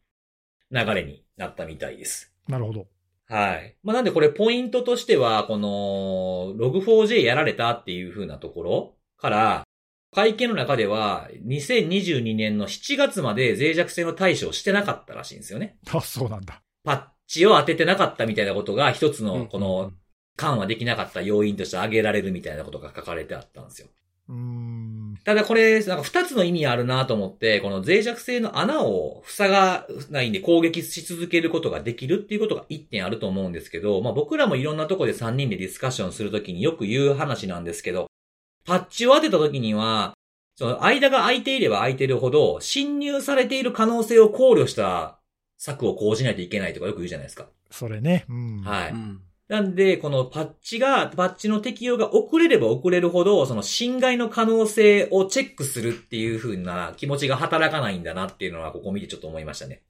Speaker 1: 流れになったみたいです。
Speaker 2: なるほど。
Speaker 1: はい。まあ、なんでこれポイントとしては、この、log4j やられたっていう風なところから、会見の中では、2022年の7月まで脆弱性の対処をしてなかったらしいんですよね。
Speaker 2: あ、そうなんだ。
Speaker 1: パッチを当ててなかったみたいなことが、一つ
Speaker 3: う
Speaker 1: の、
Speaker 3: ん
Speaker 1: この、緩和できなかった要因として挙げられるみたいなことが書かれてあったんですよ。
Speaker 2: うーん。
Speaker 1: ただこれ、なんか二つの意味あるなと思って、この脆弱性の穴を塞がないんで攻撃し続けることができるっていうことが一点あると思うんですけど、まあ僕らもいろんなとこで三人でディスカッションするときによく言う話なんですけど、パッチを当てたときには、その間が空いていれば空いてるほど、侵入されている可能性を考慮した策を講じないといけないとかよく言うじゃないですか。
Speaker 2: それね。うん。
Speaker 1: はい。
Speaker 3: ん。。
Speaker 1: なんで、このパッチが、パッチの適用が遅れれば遅れるほど、その侵害の可能性をチェックするっていう風な気持ちが働かないんだなっていうのは、ここ見てちょっと思いましたね。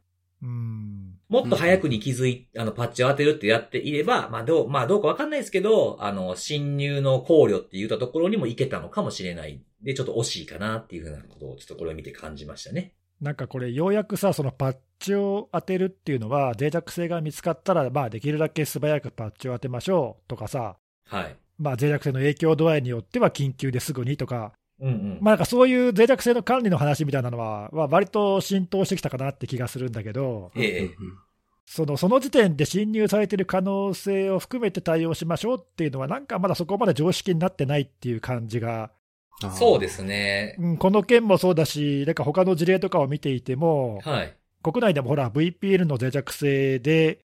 Speaker 2: うん。
Speaker 1: もっと早くに気づい、あの、パッチを当てるってやっていれば、まあどう、まあどうかわかんないですけど、あの、侵入の考慮って言ったところにもいけたのかもしれない。で、ちょっと惜しいかなっていう風なことを、ちょっとこれを見て感じましたね。
Speaker 2: なんかこれ、ようやくさ、そのパッチを当てるっていうのは、脆弱性が見つかったら、まあ、できるだけ素早くパッチを当てましょうとかさ、
Speaker 1: はい。
Speaker 2: まあ、脆弱性の影響度合いによっては緊急ですぐにとか、
Speaker 1: うんうん。
Speaker 2: まあ、なんかそういう脆弱性の管理の話みたいなのは、は割と浸透してきたかなって気がするんだけど、
Speaker 1: ええ
Speaker 2: そのその時点で侵入されている可能性を含めて対応しましょうっていうのは、なんかまだそこまで常識になってないっていう感じが、
Speaker 1: そうですすね。
Speaker 2: うん、この件もそうだし、なんか他の事例とかを見ていても、
Speaker 1: はい。
Speaker 2: 国内でもほら、VPN の脆弱性で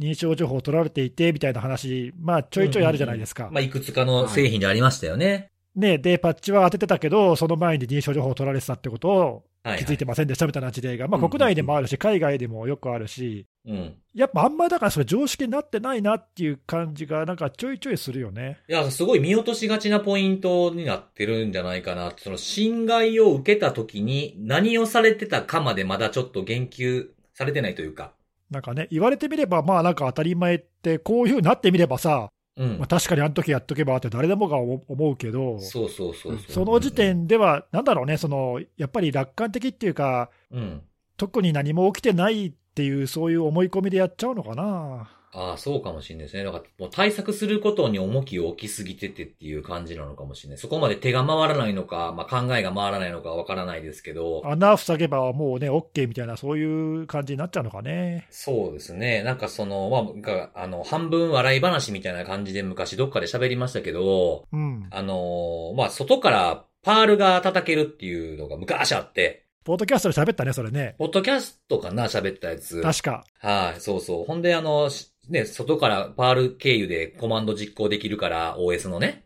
Speaker 2: 認証情報を取られていてみたいな話、まあ、ちょいちょいあるじゃないですか。
Speaker 1: まあいくつかの製品でありましたよね。
Speaker 2: ね、で、パッチは当ててたけど、その前に認証情報を取られてたってことを
Speaker 1: はい、
Speaker 2: 気づいてませんでしたみたいな事例が、まあ、
Speaker 3: うんうんうん
Speaker 2: 国内でもあるし、海外でもよくあるし、
Speaker 1: うん。
Speaker 2: やっぱあんまだからそれ常識になってないなっていう感じが、なんかちょいちょいするよね。
Speaker 1: いや、すごい見落としがちなポイントになってるんじゃないかな。その侵害を受けた時に何をされてたかまでまだちょっと言及されてないというか。
Speaker 2: なんかね、言われてみれば、まあなんか当たり前って、こういうふうになってみればさ、
Speaker 1: うん
Speaker 2: まあ、。確かにあの時やっとけばって誰でもが思思うけど、
Speaker 1: そうそうそうそう。
Speaker 2: その時点では、なんだろうね、そのやっぱり楽観的っていうか、
Speaker 1: うん。
Speaker 2: 特に何も起きてないっていう、そういう思い込みでやっちゃうのかな。
Speaker 1: ああ、そうかもしれないですね。だから、もう対策することに重きを置きすぎててっていう感じなのかもしれない。そこまで手が回らないのか、まあ、考えが回らないのかわからないですけど。
Speaker 2: 穴塞げばもうね、OK みたいな、そういう感じになっちゃうのかね。
Speaker 1: そうですね。なんかその、まあなんか、あの、半分笑い話みたいな感じで昔どっかで喋りましたけど、
Speaker 2: うん。
Speaker 1: あのーまあ、外からパールが叩けるっていうのが昔あって、
Speaker 2: ポッドキャストで喋ったね、それね。
Speaker 1: ポッドキャストかな喋ったやつ。
Speaker 2: 確か。
Speaker 1: はい、そうそう。ほんで、あの、しね、外からパール経由でコマンド実行できるから、OS のね、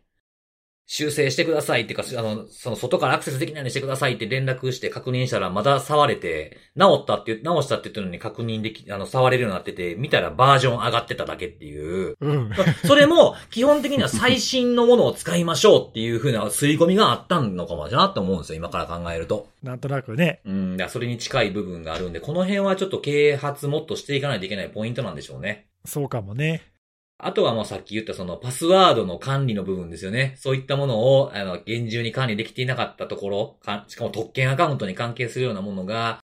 Speaker 1: 修正してくださいっていうか、あの、その外からアクセスできないようにしてくださいって連絡して確認したら、まだ触れて、直ったって、直したって言ってるのに確認でき、あの、触れるようになってて、見たらバージョン上がってただけっていう。
Speaker 2: うん。
Speaker 1: まあ [LAUGHS] それも、基本的には最新のものを使いましょうっていう風な刷り込みがあったのかもなと思うんですよ、今から考えると。
Speaker 2: なんとなくね。
Speaker 1: うん、だからそれに近い部分があるんで、この辺はちょっと啓発もっとしていかないといけないポイントなんでしょうね。
Speaker 2: そうかもね。
Speaker 1: あとはもうさっき言ったそのパスワードの管理の部分ですよね。そういったものを、あの、厳重に管理できていなかったところ、かしかも特権アカウントに関係するようなものが、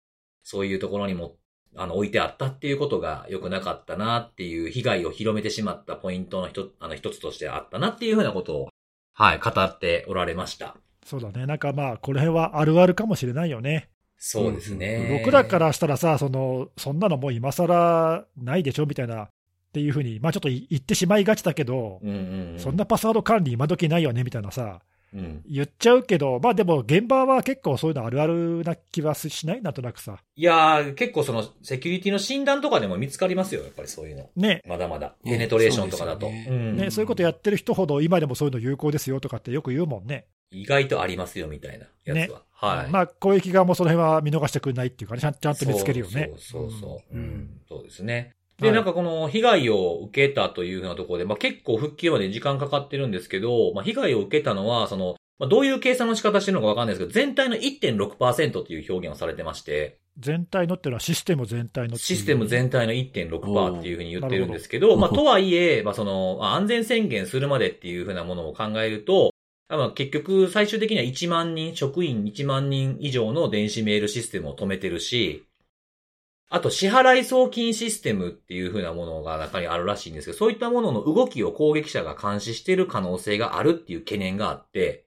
Speaker 1: そういうところにも、あの、置いてあったっていうことが良くなかったなっていう被害を広めてしまったポイントの一つ、あの、一つとしてあったなっていうふうなことを、はい、語っておられました。
Speaker 2: そうだね。なんかまあ、この辺はあるあるかもしれないよね。
Speaker 1: そうですね。
Speaker 2: 僕らからしたらさ、その、そんなのもう今更ないでしょみたいな、っていうふうに、まあちょっとい言ってしまいがちだけど、
Speaker 1: うんうんうん、
Speaker 2: そんなパスワード管理今時ないよねみたいなさ、
Speaker 1: うん
Speaker 2: 言っちゃうけど、まあでも現場は結構そういうのあるあるな気はしないなんとなくさ。
Speaker 1: いやー、結構その、セキュリティの診断とかでも見つかりますよ、やっぱりそういうの。
Speaker 2: ね。
Speaker 1: まだまだ。
Speaker 3: うん
Speaker 1: ペネトレーションとかだと。
Speaker 3: そうです
Speaker 1: う
Speaker 3: よね
Speaker 1: ん
Speaker 2: ね、そういうことやってる人ほど今でもそういうの有効ですよとかってよく言うもんね。
Speaker 1: 意外とありますよ、みたいなやつは。はい。
Speaker 2: まあ、攻撃側もその辺は見逃してくれないっていうかね、ちゃんちゃんと見つけるよね。
Speaker 1: そうそうそうそう。
Speaker 2: う
Speaker 1: うんん。そうですね。
Speaker 2: は
Speaker 1: で、
Speaker 2: い
Speaker 1: なんかこの被害を受けたというふうなところで、まあ結構復旧まで時間かかってるんですけど、まあ被害を受けたのは、その、まあどういう計算の仕方してるのかわかんないですけど、全体の1.6%という表現をされてまして、
Speaker 2: 全体のっていうのはシステム全体のっていう
Speaker 1: システム全体の
Speaker 3: お
Speaker 1: 1.6%
Speaker 3: ー
Speaker 1: っていうふうに言ってるんですけ
Speaker 3: な
Speaker 1: ど、
Speaker 3: る
Speaker 1: まあ
Speaker 3: ほど
Speaker 1: とはいえ、まあその、まあ安全宣言するまでっていうふうなものを考えると、まあ結局最終的には1万人、職員1万人以上の電子メールシステムを止めてるし、あと支払い送金システムっていう風なものが中にあるらしいんですけど、そういったものの動きを攻撃者が監視している可能性があるっていう懸念があって、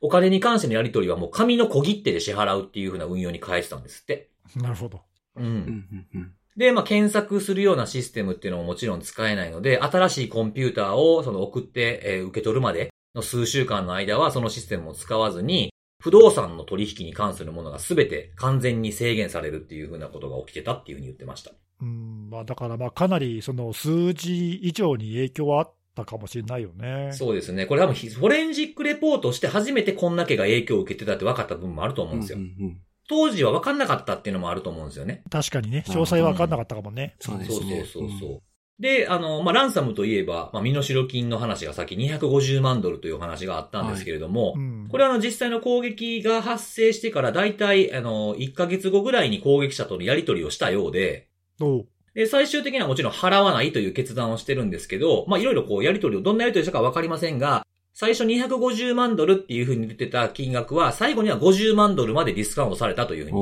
Speaker 1: お金に関してのやり取りはもう紙の小切手で支払うっていう風な運用に変えてたんですって。
Speaker 2: なるほど。
Speaker 1: う。
Speaker 3: うんんうんうん
Speaker 1: で、まあ、検索するようなシステムっていうのももちろん使えないので、新しいコンピューターをその送って、えー受け取るまでの数週間の間はそのシステムを使わずに、不動産の取引に関するものが全て完全に制限されるっていうふうなことが起きてたっていうふうに言ってました。
Speaker 2: うん、まあ、だからまあ、かなりその数字以上に影響はあったかもしれないよね。
Speaker 1: そうですね。これ多分ひフォレンジックレポートして初めてこんだけが影響を受けてたって分かった部分もあると思うんですよ
Speaker 3: う。んうんうん
Speaker 1: 当時は分かんなかったっていうのもあると思うんですよね。
Speaker 2: 確かにね、詳細は分かんなかったかもね。
Speaker 3: そうで
Speaker 1: そう
Speaker 3: す
Speaker 1: そ
Speaker 3: ね。
Speaker 1: うそうそう。で、あの、まあ、ランサムといえば、まあ、身代金の話が先250万ドルというお話があったんですけれども、
Speaker 2: うん、
Speaker 1: これはあの実際の攻撃が発生してからだいたいあの1ヶ月後ぐらいに攻撃者とのやり取りをしたようで、
Speaker 2: おう
Speaker 1: で、最終的にはもちろん払わないという決断をしてるんですけど、まあ、いろいろこうやり取りをどんなやり取りしたかわかりませんが、最初250万ドルっていうふうに言ってた金額は、最後には50万ドルまでディスカウントされたというふうに。
Speaker 3: お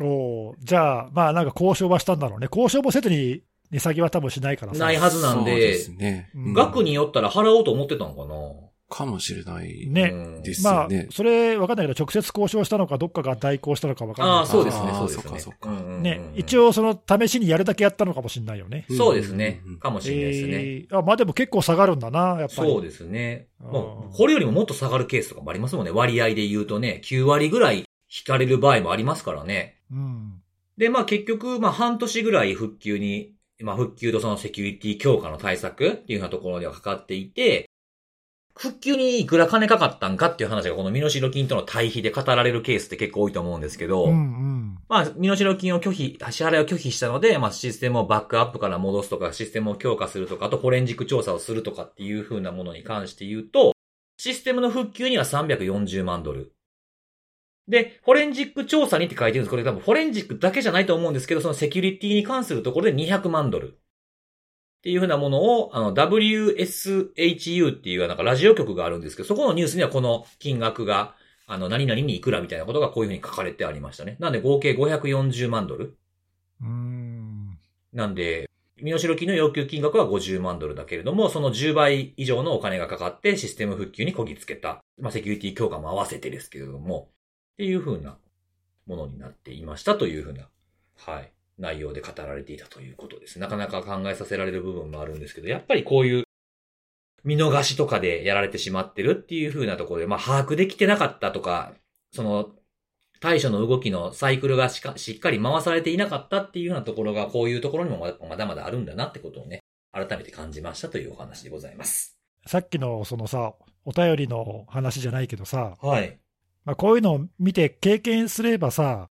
Speaker 2: おうじゃあ、まあ、なんか交渉はしたんだろうね。交渉もせずに値下げは多分しないからさ。
Speaker 1: ないはずなんで
Speaker 3: そうですね。
Speaker 2: うん
Speaker 1: 額によったら払おうと思ってたのか
Speaker 3: かもしれない。
Speaker 1: な
Speaker 2: ね。
Speaker 1: うん
Speaker 3: です
Speaker 2: ま
Speaker 3: よ
Speaker 2: あ
Speaker 3: ね、
Speaker 2: それ分かんないけど、直接交渉したのか、どっかが代行したのか分かんない
Speaker 1: ああ、そうですね、
Speaker 3: あー
Speaker 1: そうですね。
Speaker 3: そっかそっか
Speaker 1: うんうんうん
Speaker 2: ね、一応、その試しにやるだけやったのかもしれないよね。
Speaker 1: そうですね
Speaker 3: うんうんうん。
Speaker 1: かもしれないですね。
Speaker 2: えーあまあでも結構下がるんだな、やっぱり。
Speaker 1: そうですね。
Speaker 2: うん
Speaker 1: まあ、これよりももっと下がるケースとかもありますもんね。割合で言うとね、9割ぐらい引かれる場合もありますからね。
Speaker 2: うん。
Speaker 1: で、まあ結局、まあ半年ぐらい復旧に、まあ復旧とそのセキュリティ強化の対策っていうようなところではかかっていて、復旧にいくら金かかったんかっていう話がこの身代金との対比で語られるケースって結構多いと思うんですけど、
Speaker 2: うんうん。
Speaker 1: まあ、身代金を拒否、支払いを拒否したので、まあ、システムをバックアップから戻すとか、システムを強化するとか、あとフォレンジック調査をするとかっていう風なものに関して言うと、システムの復旧には340万ドル。で、フォレンジック調査にって書いてるんです。これ多分フォレンジックだけじゃないと思うんですけど、そのセキュリティに関するところで200万ドル。っていう風なものを、あの、WSHU っていうなんかラジオ局があるんですけど、そこのニュースにはこの金額があの、何々にいくらみたいなことがこういうふうに書かれてありましたね。なんで合計540万ドル。
Speaker 2: うん。
Speaker 1: なんで、身代金の要求金額は50万ドルだけれども、その10倍以上のお金がかかってシステム復旧にこぎつけた。まあ、セキュリティ強化も合わせてですけれども、っていうふうなものになっていましたというふうな、はい、内容で語られていたということです。なかなか考えさせられる部分もあるんですけど、やっぱりこういう見逃しとかでやられてしまってるっていうふうなところで、まあ、把握できてなかったとか、その、対処の動きのサイクルがしかしっかり回されていなかったっていうようなところが、こういうところにもまだまだまだあるんだなってことをね、改めて感じましたというお話でございます。
Speaker 2: さっきのそのさ、お便りの話じゃないけどさ、
Speaker 1: はい。
Speaker 2: まあ、こういうのを見て経験すればさ、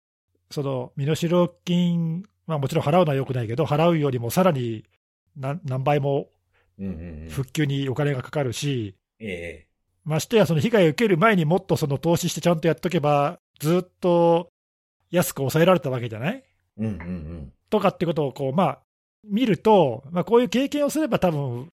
Speaker 2: その身代金、まあ、もちろん払うのは良くないけど、払うよりもさらに何何倍も
Speaker 1: うんうんうん。
Speaker 2: 復旧にお金がかかるし、
Speaker 1: え
Speaker 2: ましてやその被害を受ける前にもっとその投資してちゃんとやっとけば、ずっと安く抑えられたわけじゃない
Speaker 1: えうんうん
Speaker 2: とかってことをこう、まあ、見ると、まあ、こういう経験をすれば、多分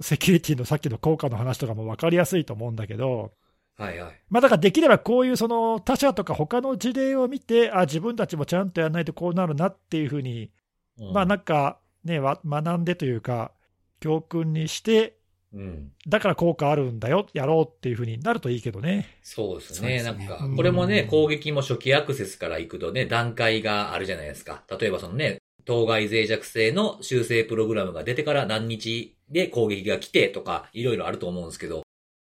Speaker 2: セキュリティのさっきの効果の話とかも分かりやすいと思うんだけど、
Speaker 1: うん。はいはい。
Speaker 2: まあ、だからできればこういうその他者とか他の事例を見て、あ自分たちもちゃんとやらないとこうなるなっていうふうに、
Speaker 1: うん
Speaker 2: まあ、なんかね、わ学んでというか、教訓にして、
Speaker 1: うん。
Speaker 2: だから効果あるんだよ、やろうっていうふうになるといいけどね。
Speaker 1: そうです
Speaker 3: そうで
Speaker 1: ね。
Speaker 3: す
Speaker 1: な
Speaker 3: ね
Speaker 1: ん
Speaker 2: う
Speaker 1: か
Speaker 2: ん、
Speaker 1: これもね、攻撃も初期アクセスから行くとね、段階があるじゃないですか。例えばそのね、当該脆弱性の修正プログラムが出てから何日で攻撃が来てとか、いろいろあると思うんですけど、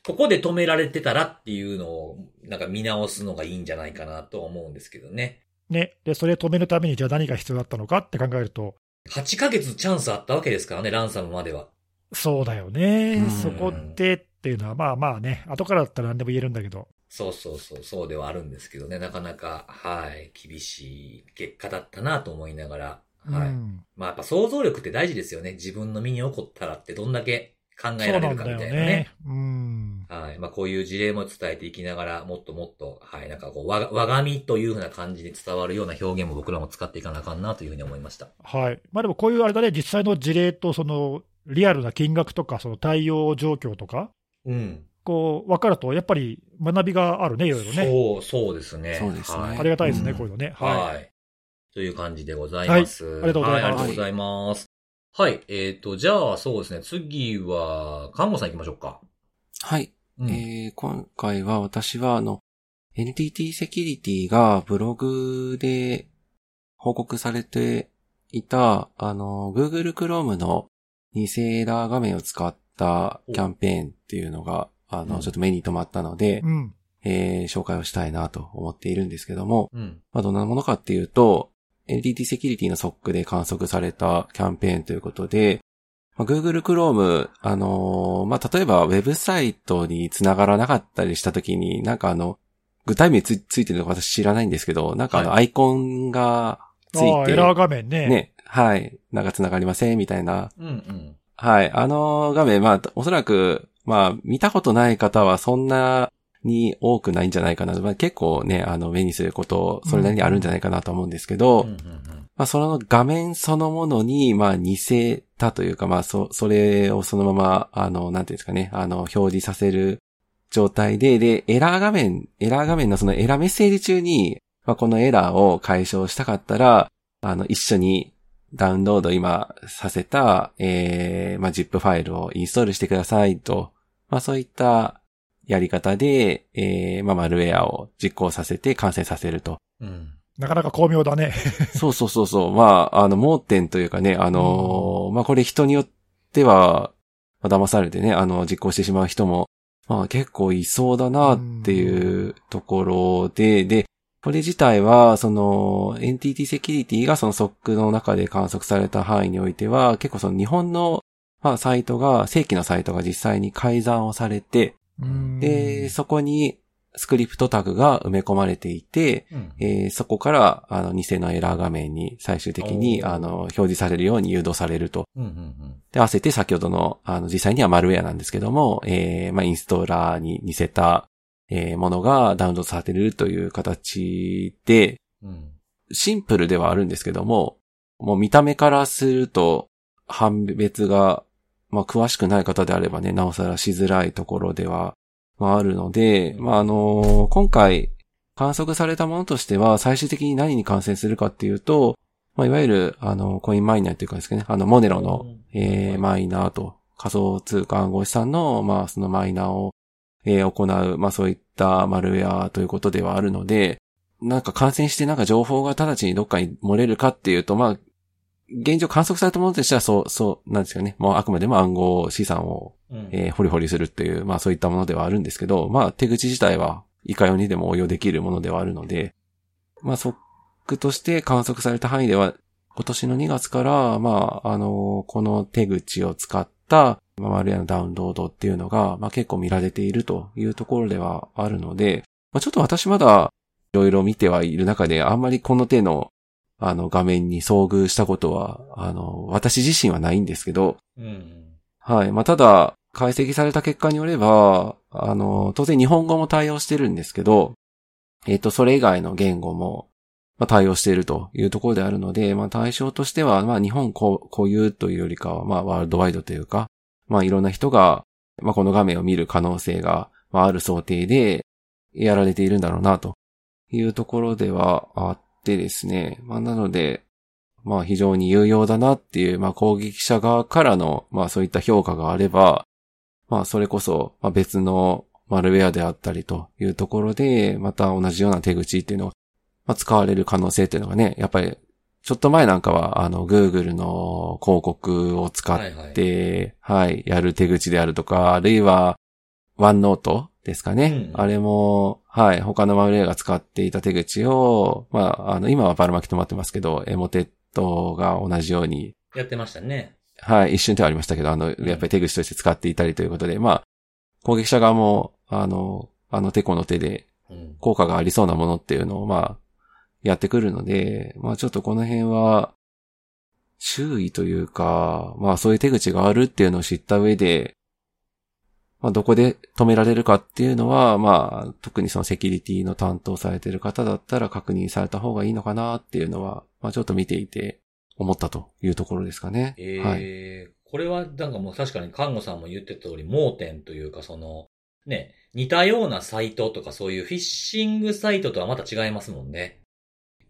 Speaker 1: ここで止められてたらっていうのを、なんか見直すのがいいんじゃないかなとは思うんですけどね。
Speaker 2: ね。で、それを止めるために、じゃあ何が必要だったのかって考えると、
Speaker 1: 8ヶ月チャンスあったわけですからね、ランサムまでは。
Speaker 2: そうだよね
Speaker 3: うん、
Speaker 2: そこでっていうのは、まあまあね、後からだったら何でも言えるんだけど、
Speaker 1: そうそうそう、そうではあるんですけどね、なかなか、はい、厳しい結果だったなと思いながら、はい。
Speaker 2: うん、
Speaker 1: まあやっぱ想像力って大事ですよね。自分の身に起こったらってどんだけ考え
Speaker 2: そ
Speaker 1: られ
Speaker 2: うな
Speaker 1: る
Speaker 2: ん
Speaker 1: か
Speaker 2: だ
Speaker 1: みた
Speaker 2: よ
Speaker 1: いなね。
Speaker 2: ね。うん、
Speaker 1: はい。まあこういう事例も伝えていきながら、もっともっと、はい、なんかこう、わが、わがみというふうな感じで伝わるような表現も僕らも使っていかなあかんなというふうに思いました。
Speaker 2: はい。まあでもこういうあれだね、実際の事例と、その、リアルな金額とか、その対応状況とか、
Speaker 1: うん。
Speaker 2: こう、分かると、やっぱり学びがあるね、いろいろね。
Speaker 1: そう、そうですね。
Speaker 3: そうですね
Speaker 1: はい
Speaker 2: ありがたいですね、
Speaker 3: うん
Speaker 2: こういうのね。はい。
Speaker 1: はい。という感じでございます。はい
Speaker 2: ありがとうございます
Speaker 1: ありがとうございます。はい。えっ、と、じゃあ、そうですね。次は、看護さん行きましょうか。
Speaker 3: はい。
Speaker 1: うん
Speaker 3: えー今回は私はあの、NTT セキュリティがブログで報告されていた、あの、Google Chrome の偽エラー画面を使ったキャンペーンっていうのが、あ
Speaker 1: うん
Speaker 3: の、ちょっと目に留まったので、
Speaker 2: うん。
Speaker 3: えー紹介をしたいなと思っているんですけども、
Speaker 1: うん。
Speaker 3: まあ、どんなものかっていうと、NTT セキュリティの SOC で観測されたキャンペーンということで、まあ、Google Chrome、あのーまあ、例えばウェブサイトに繋がらなかったりしたときに、なんかあの、具体名つついてるのか私知らないんですけど、なんかあの、
Speaker 1: は
Speaker 3: アイコンがつ
Speaker 2: あ
Speaker 3: い
Speaker 2: あ
Speaker 3: て、
Speaker 2: エラー画面ね。
Speaker 3: ね、はい、なんか繋がりませんみたいな。
Speaker 1: うん。うん。
Speaker 3: はい、あの画面、まあ、おそらく、まあ、見たことない方はそんなに多くないんじゃないかな。まあ、結構ね、あの、目にすること、それなりにあるんじゃないかなと思うんですけど、
Speaker 1: うんうんうん
Speaker 3: まあ、その画面そのものに、まあ、似せたというか、まあ、そ、それをそのまま、あの、なんていうんですかね、あの、表示させる状態で、で、エラー画面、エラー画面のそのエラーメッセージ中に、まあ、このエラーを解消したかったら、あの、一緒にダウンロード今させた、えー、まあ、ZIP ファイルをインストールしてくださいと、まあ、そういったやり方で、えー、まあ、マルウェアを実行させて完成させると。
Speaker 1: うん。
Speaker 2: なかなか巧妙
Speaker 3: [LAUGHS]
Speaker 2: だね。
Speaker 3: そうそうそうそう。まあ、あの、盲点というかね、あのーまあ、これ人によっては、まあ騙されてね、あの、実行してしまう人も、まあ、結構いそうだなっていうところで、で、これ自体は、その、NTT セキュリティがその SOC の中で観測された範囲においては、結構その日本の、まあ、サイトが、正規のサイトが実際に改ざんをされて、
Speaker 2: うん
Speaker 3: で、そこにスクリプトタグが埋め込まれていて、
Speaker 1: うん
Speaker 3: えーそこから、あの、偽のエラー画面に最終的に、
Speaker 1: おー
Speaker 3: あの、表示されるように誘導されると。
Speaker 1: うんうん
Speaker 3: で、合わせて先ほどの、あの、実際にはマルウェアなんですけども、えーまあ、インストーラーに似せた、えーものがダウンロードされるという形で、
Speaker 1: うんうん。
Speaker 3: シンプルではあるんですけども、もう見た目からすると、判別が、まあ、詳しくない方であればね、なおさらしづらいところでは、まあ、あるので、まあ、あの今回、観測されたものとしては、最終的に何に感染するかっていうと、まあ、いわゆる、あの、コインマイナーっていうかですね、あの、モネロの、
Speaker 1: うん
Speaker 3: えーマイナーと、仮想通貨暗号資産の、まあ、そのマイナーを、えー行う、まあ、そういったマルウェアということではあるので、なんか感染してなんか情報が直ちにどっかに漏れるかっていうと、まあ、現状観測されたものとしては、そう、そう、なんですかね。もうあくまでも暗号資産を
Speaker 1: うん
Speaker 3: えーホリホリするっていう、まあそういったものではあるんですけど、まあ手口自体はいかようにでも応用できるものではあるので、まあソックとして観測された範囲では、今年の2月から、まあ、あのこの手口を使った、まあ、マルヤのダウンロードっていうのが、まあ結構見られているというところではあるので、まあちょっと私まだ、いろいろ見てはいる中で、あんまりこの手の、あの、画面に遭遇したことは、あの、私自身はないんですけど、
Speaker 1: うん
Speaker 3: はい。まあ、ただ、解析された結果によれば、あの、当然日本語も対応してるんですけど、えっ、と、それ以外の言語も、まあ、対応しているというところであるので、まあ、対象としては、まあ、日本固固有というよりかは、まあ、ワールドワイドというか、まあ、いろんな人が、まあ、この画面を見る可能性が、まあ、ある想定で、やられているんだろうな、というところではあってですね。まあ、なので、まあ非常に有用だなっていう、まあ攻撃者側からの、まあそういった評価があれば、まあそれこそ、まあ、別のマルウェアであったりというところで、また同じような手口っていうのを、まあ、使われる可能性っていうのがね、やっぱり、ちょっと前なんかは、あの、Google の広告を使って、はい、やる手口であるとか、あるいは、ワンノートですかね。
Speaker 1: うん
Speaker 3: あれも、はい、他のマルウェアが使っていた手口を、まあ、あの、今はバルマキ止まってますけど、エモテットが同じように
Speaker 1: やってましたね。
Speaker 3: はい、一瞬ではありましたけど、あの、
Speaker 1: ん
Speaker 3: やっぱり手口として使っていたりということで、まあ、攻撃者側も、あの、あの手この手で
Speaker 1: うん。
Speaker 3: 効果がありそうなものっていうのを、まあ、やってくるので、まあちょっとこの辺は、注意というか、まあそういう手口があるっていうのを知った上で、まあどこで止められるかっていうのは、まあ特にそのセキュリティの担当されてる方だったら確認された方がいいのかなっていうのは、まあちょっと見ていて思ったというところですかね。
Speaker 1: ええ
Speaker 3: はい。
Speaker 1: これはなんかもう確かに看護さんも言ってた通り、盲点というか、その、ね、似たようなサイトとかそういうフィッシングサイトとはまた違いますもんね。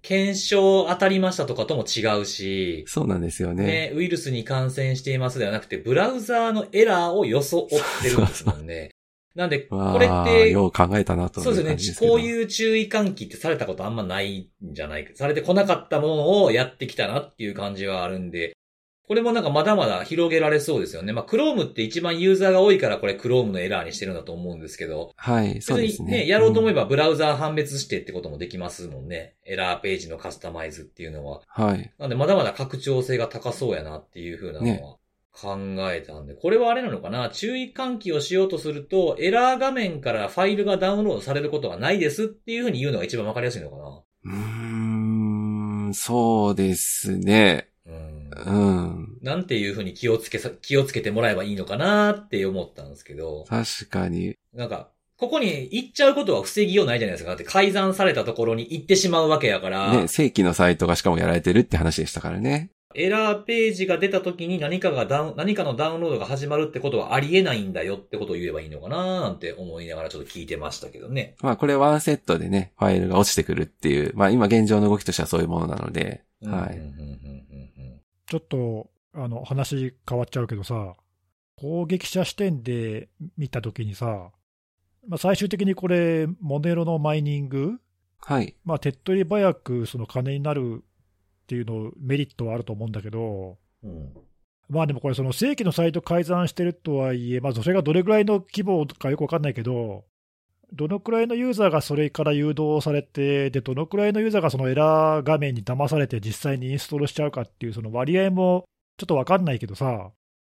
Speaker 1: 検証当たりましたとかとも違うし、
Speaker 3: そうなんですよね。
Speaker 1: ね、ウイルスに感染していますではなくて、ブラウザーのエラーを装ってるんですもん
Speaker 3: [LAUGHS]
Speaker 1: ね。なんで、
Speaker 3: わあ
Speaker 1: これって、
Speaker 3: よう考えたなとい
Speaker 1: そうですよね
Speaker 3: 感じけど
Speaker 1: こういう注意喚起ってされたことあんまないんじゃないか。されてこなかったものをやってきたなっていう感じはあるんで、これもなんかまだまだ広げられそうですよね。まあ、Chrome って一番ユーザーが多いからこれ Chrome のエラーにしてるんだと思うんですけど、
Speaker 3: はい、そうで
Speaker 1: 別
Speaker 3: す
Speaker 1: に
Speaker 3: ね。
Speaker 1: ね、やろうと思え
Speaker 3: ば、
Speaker 1: ばブラウザー判別してってこともできますもんね。エラーページのカスタマイズっていうのは。
Speaker 3: はい。
Speaker 1: なんでまだまだ拡張性が高そうやなっていう風なのは考えたんで、これはあれなのかな注意喚起をしようとすると、エラー画面からファイルがダウンロードされることはないですっていう風に言うのが一番わかりやすいのか
Speaker 3: うーん、そうですね。
Speaker 1: なうん。
Speaker 3: うん。
Speaker 1: なんていう風に気をつけさ、気をつけてもらえばいいのかなって思ったんですけど、
Speaker 3: 確かに。
Speaker 1: なんか、ここに行っちゃうことは防ぎようないじゃないですか。だって改ざんされたところに行ってしまうわけやから。
Speaker 3: ね、正規のサイトがしかもやられてるって話でしたからね。
Speaker 1: エラーページが出た時に何かがダウン、何かのダウンロードが始まるってことはありえないんだよってことを言えばいいのかななんて思いながらちょっと聞いてましたけどね。
Speaker 3: まあこれワンセットでね、ファイルが落ちてくるっていう、まあ今現状の動きとしてはそういうものなので、
Speaker 1: う
Speaker 3: はい
Speaker 1: んうんうんうんうん
Speaker 2: ちょっとあの話変わっちゃうけどさ、攻撃者視点で見たときにさ、まあ、最終的にこれ、モネロのマイニング、
Speaker 3: はい。
Speaker 2: まあ、手っ取り早くその金になるっていうの、メリットはあると思うんだけど、
Speaker 1: うん。うん
Speaker 2: まあでもこれ、その正規のサイト改ざんしてるとはいえ、まあ、それがどれぐらいの規模かよくわかんないけど、どのくらいのユーザーがそれから誘導されて、で、どのくらいのユーザーがそのエラー画面に騙されて実際にインストールしちゃうかっていう、その割合もちょっとわかんないけどさ、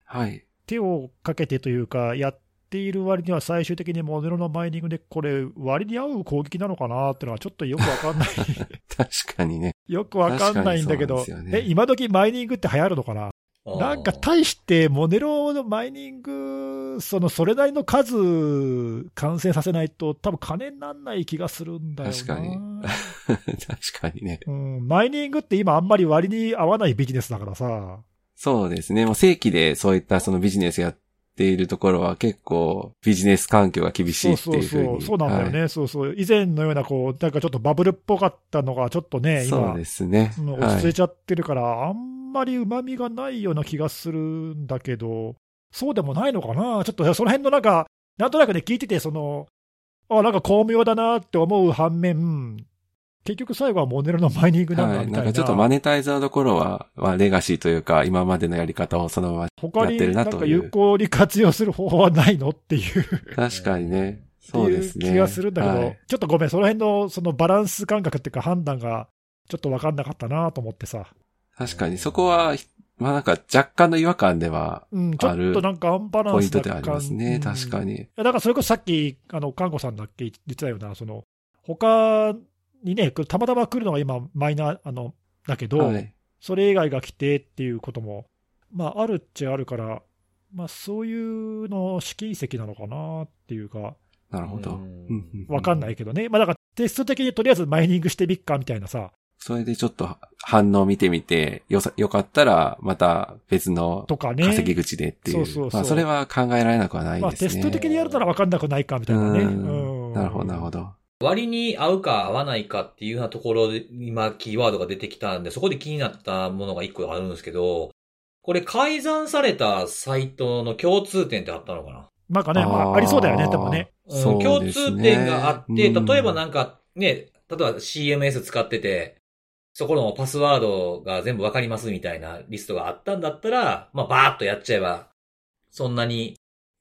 Speaker 3: はい。
Speaker 2: 手をかけてというか、やっている割には最終的にモデルのマイニングで、これ、割に合う攻撃なのかなっていうのは、ちょっとよくわかんない、
Speaker 3: 確かにね。 [LAUGHS]
Speaker 2: よくわかんないんだけど、
Speaker 3: 確かにそうなんですよね
Speaker 2: え、今時マイニングって流行るのかな
Speaker 1: あー
Speaker 2: なんか大して、モデロのマイニング、そのそれなりの数、完成させないと、多分金にならない気がするんだよな。
Speaker 3: 確かに確かにね。
Speaker 2: うん、マイニングって今、あんまり割に合わないビジネスだからさ、
Speaker 3: そうですね。もう正規でそういったそのビジネスやっているところは結構ビジネス環境が厳し
Speaker 2: そ
Speaker 3: いうって
Speaker 2: そう
Speaker 3: いうふうに。
Speaker 2: そう、そうなんだよね、そうそう、以前のような、こう、なんかちょっとバブルっぽかったのが、ちょっと
Speaker 3: はい。
Speaker 2: ね、
Speaker 3: そ
Speaker 2: 今
Speaker 3: う、ですね。
Speaker 2: うん
Speaker 3: は
Speaker 2: 落ち着いちゃってるから、あんまり旨味がないような気がするんだけど、そうでもないのかな、ちょっとその辺のなんか、なんとなくね、聞いてて、その、あなんか巧妙だなって思う反面、結局最後はモネロのマイニングなんだ
Speaker 3: はい。
Speaker 2: み
Speaker 3: な
Speaker 2: た
Speaker 3: ん
Speaker 2: いな、
Speaker 3: かちょっとマネタイズのところは、まあ、レガシーというか、今までのやり方をそのまま、
Speaker 2: 他
Speaker 3: や
Speaker 2: に
Speaker 3: ってる
Speaker 2: な
Speaker 3: なんという
Speaker 2: か有効に活用する方法はないのっていう
Speaker 3: 確かにね。
Speaker 2: って
Speaker 3: そう
Speaker 2: い
Speaker 3: です
Speaker 2: う
Speaker 3: ね。
Speaker 2: 気がするんだけど、
Speaker 3: はい
Speaker 2: ちょっとごめん、その辺のそのバランス感覚っていうか、判断がちょっと分かんなかったなと思ってさ。
Speaker 3: 確かに、そこは、まあなんか若干の違和感では、
Speaker 2: うん、ちょ
Speaker 3: あ
Speaker 2: っ
Speaker 3: る
Speaker 2: となんかアンバラ
Speaker 3: ポ
Speaker 2: ン
Speaker 3: イ
Speaker 2: ス
Speaker 3: ント
Speaker 2: な
Speaker 3: ではあ
Speaker 2: 感
Speaker 3: りますね。確か
Speaker 2: に。い
Speaker 3: に。
Speaker 2: やだからそれこそさっき、あの、看護さんだっけ言ってたような、その、他にね、こうたまたま来るのが今、マイナー、あの、だけど、
Speaker 3: はい。
Speaker 2: それ以外が来てっていうことも、まあ、あるっちゃあるから、まあ、そういうの試金石なのかなっていうか、
Speaker 3: なるほど。
Speaker 1: う
Speaker 3: うんんうん
Speaker 2: わかんないけどね。まあ、だからテスト的にとりあえずマイニングしてみっかみたいなさ、
Speaker 3: それでちょっと反応見てみて、よさ、よかったら、また別の
Speaker 2: とかね。
Speaker 3: 稼ぎ口でっていう。
Speaker 2: そうそうそう
Speaker 3: まあそれは考えられなくはない
Speaker 2: まあ、
Speaker 3: です
Speaker 2: テス
Speaker 3: ね。
Speaker 2: ト的にやるならわかんなくないかみたいなね。
Speaker 3: う
Speaker 2: う
Speaker 3: ん
Speaker 2: ん
Speaker 3: なるほど、なるほど。
Speaker 1: 割に合うか合わないかっていうようなところで、今キーワードが出てきたんで、そこで気になったものが一個あるんですけど、これ改ざんされたサイトの共通点ってあったのかな
Speaker 2: なんかね、まあ、ありそうだよね、でもね。
Speaker 1: うん
Speaker 3: そう
Speaker 1: 共
Speaker 3: ですね
Speaker 1: 通点があって、
Speaker 3: うん
Speaker 1: 例えばなんかね、例えば CMS 使ってて、そこのパスワードが全部わかりますみたいなリストがあったんだったら、まあバーッとやっちゃえば、そんなに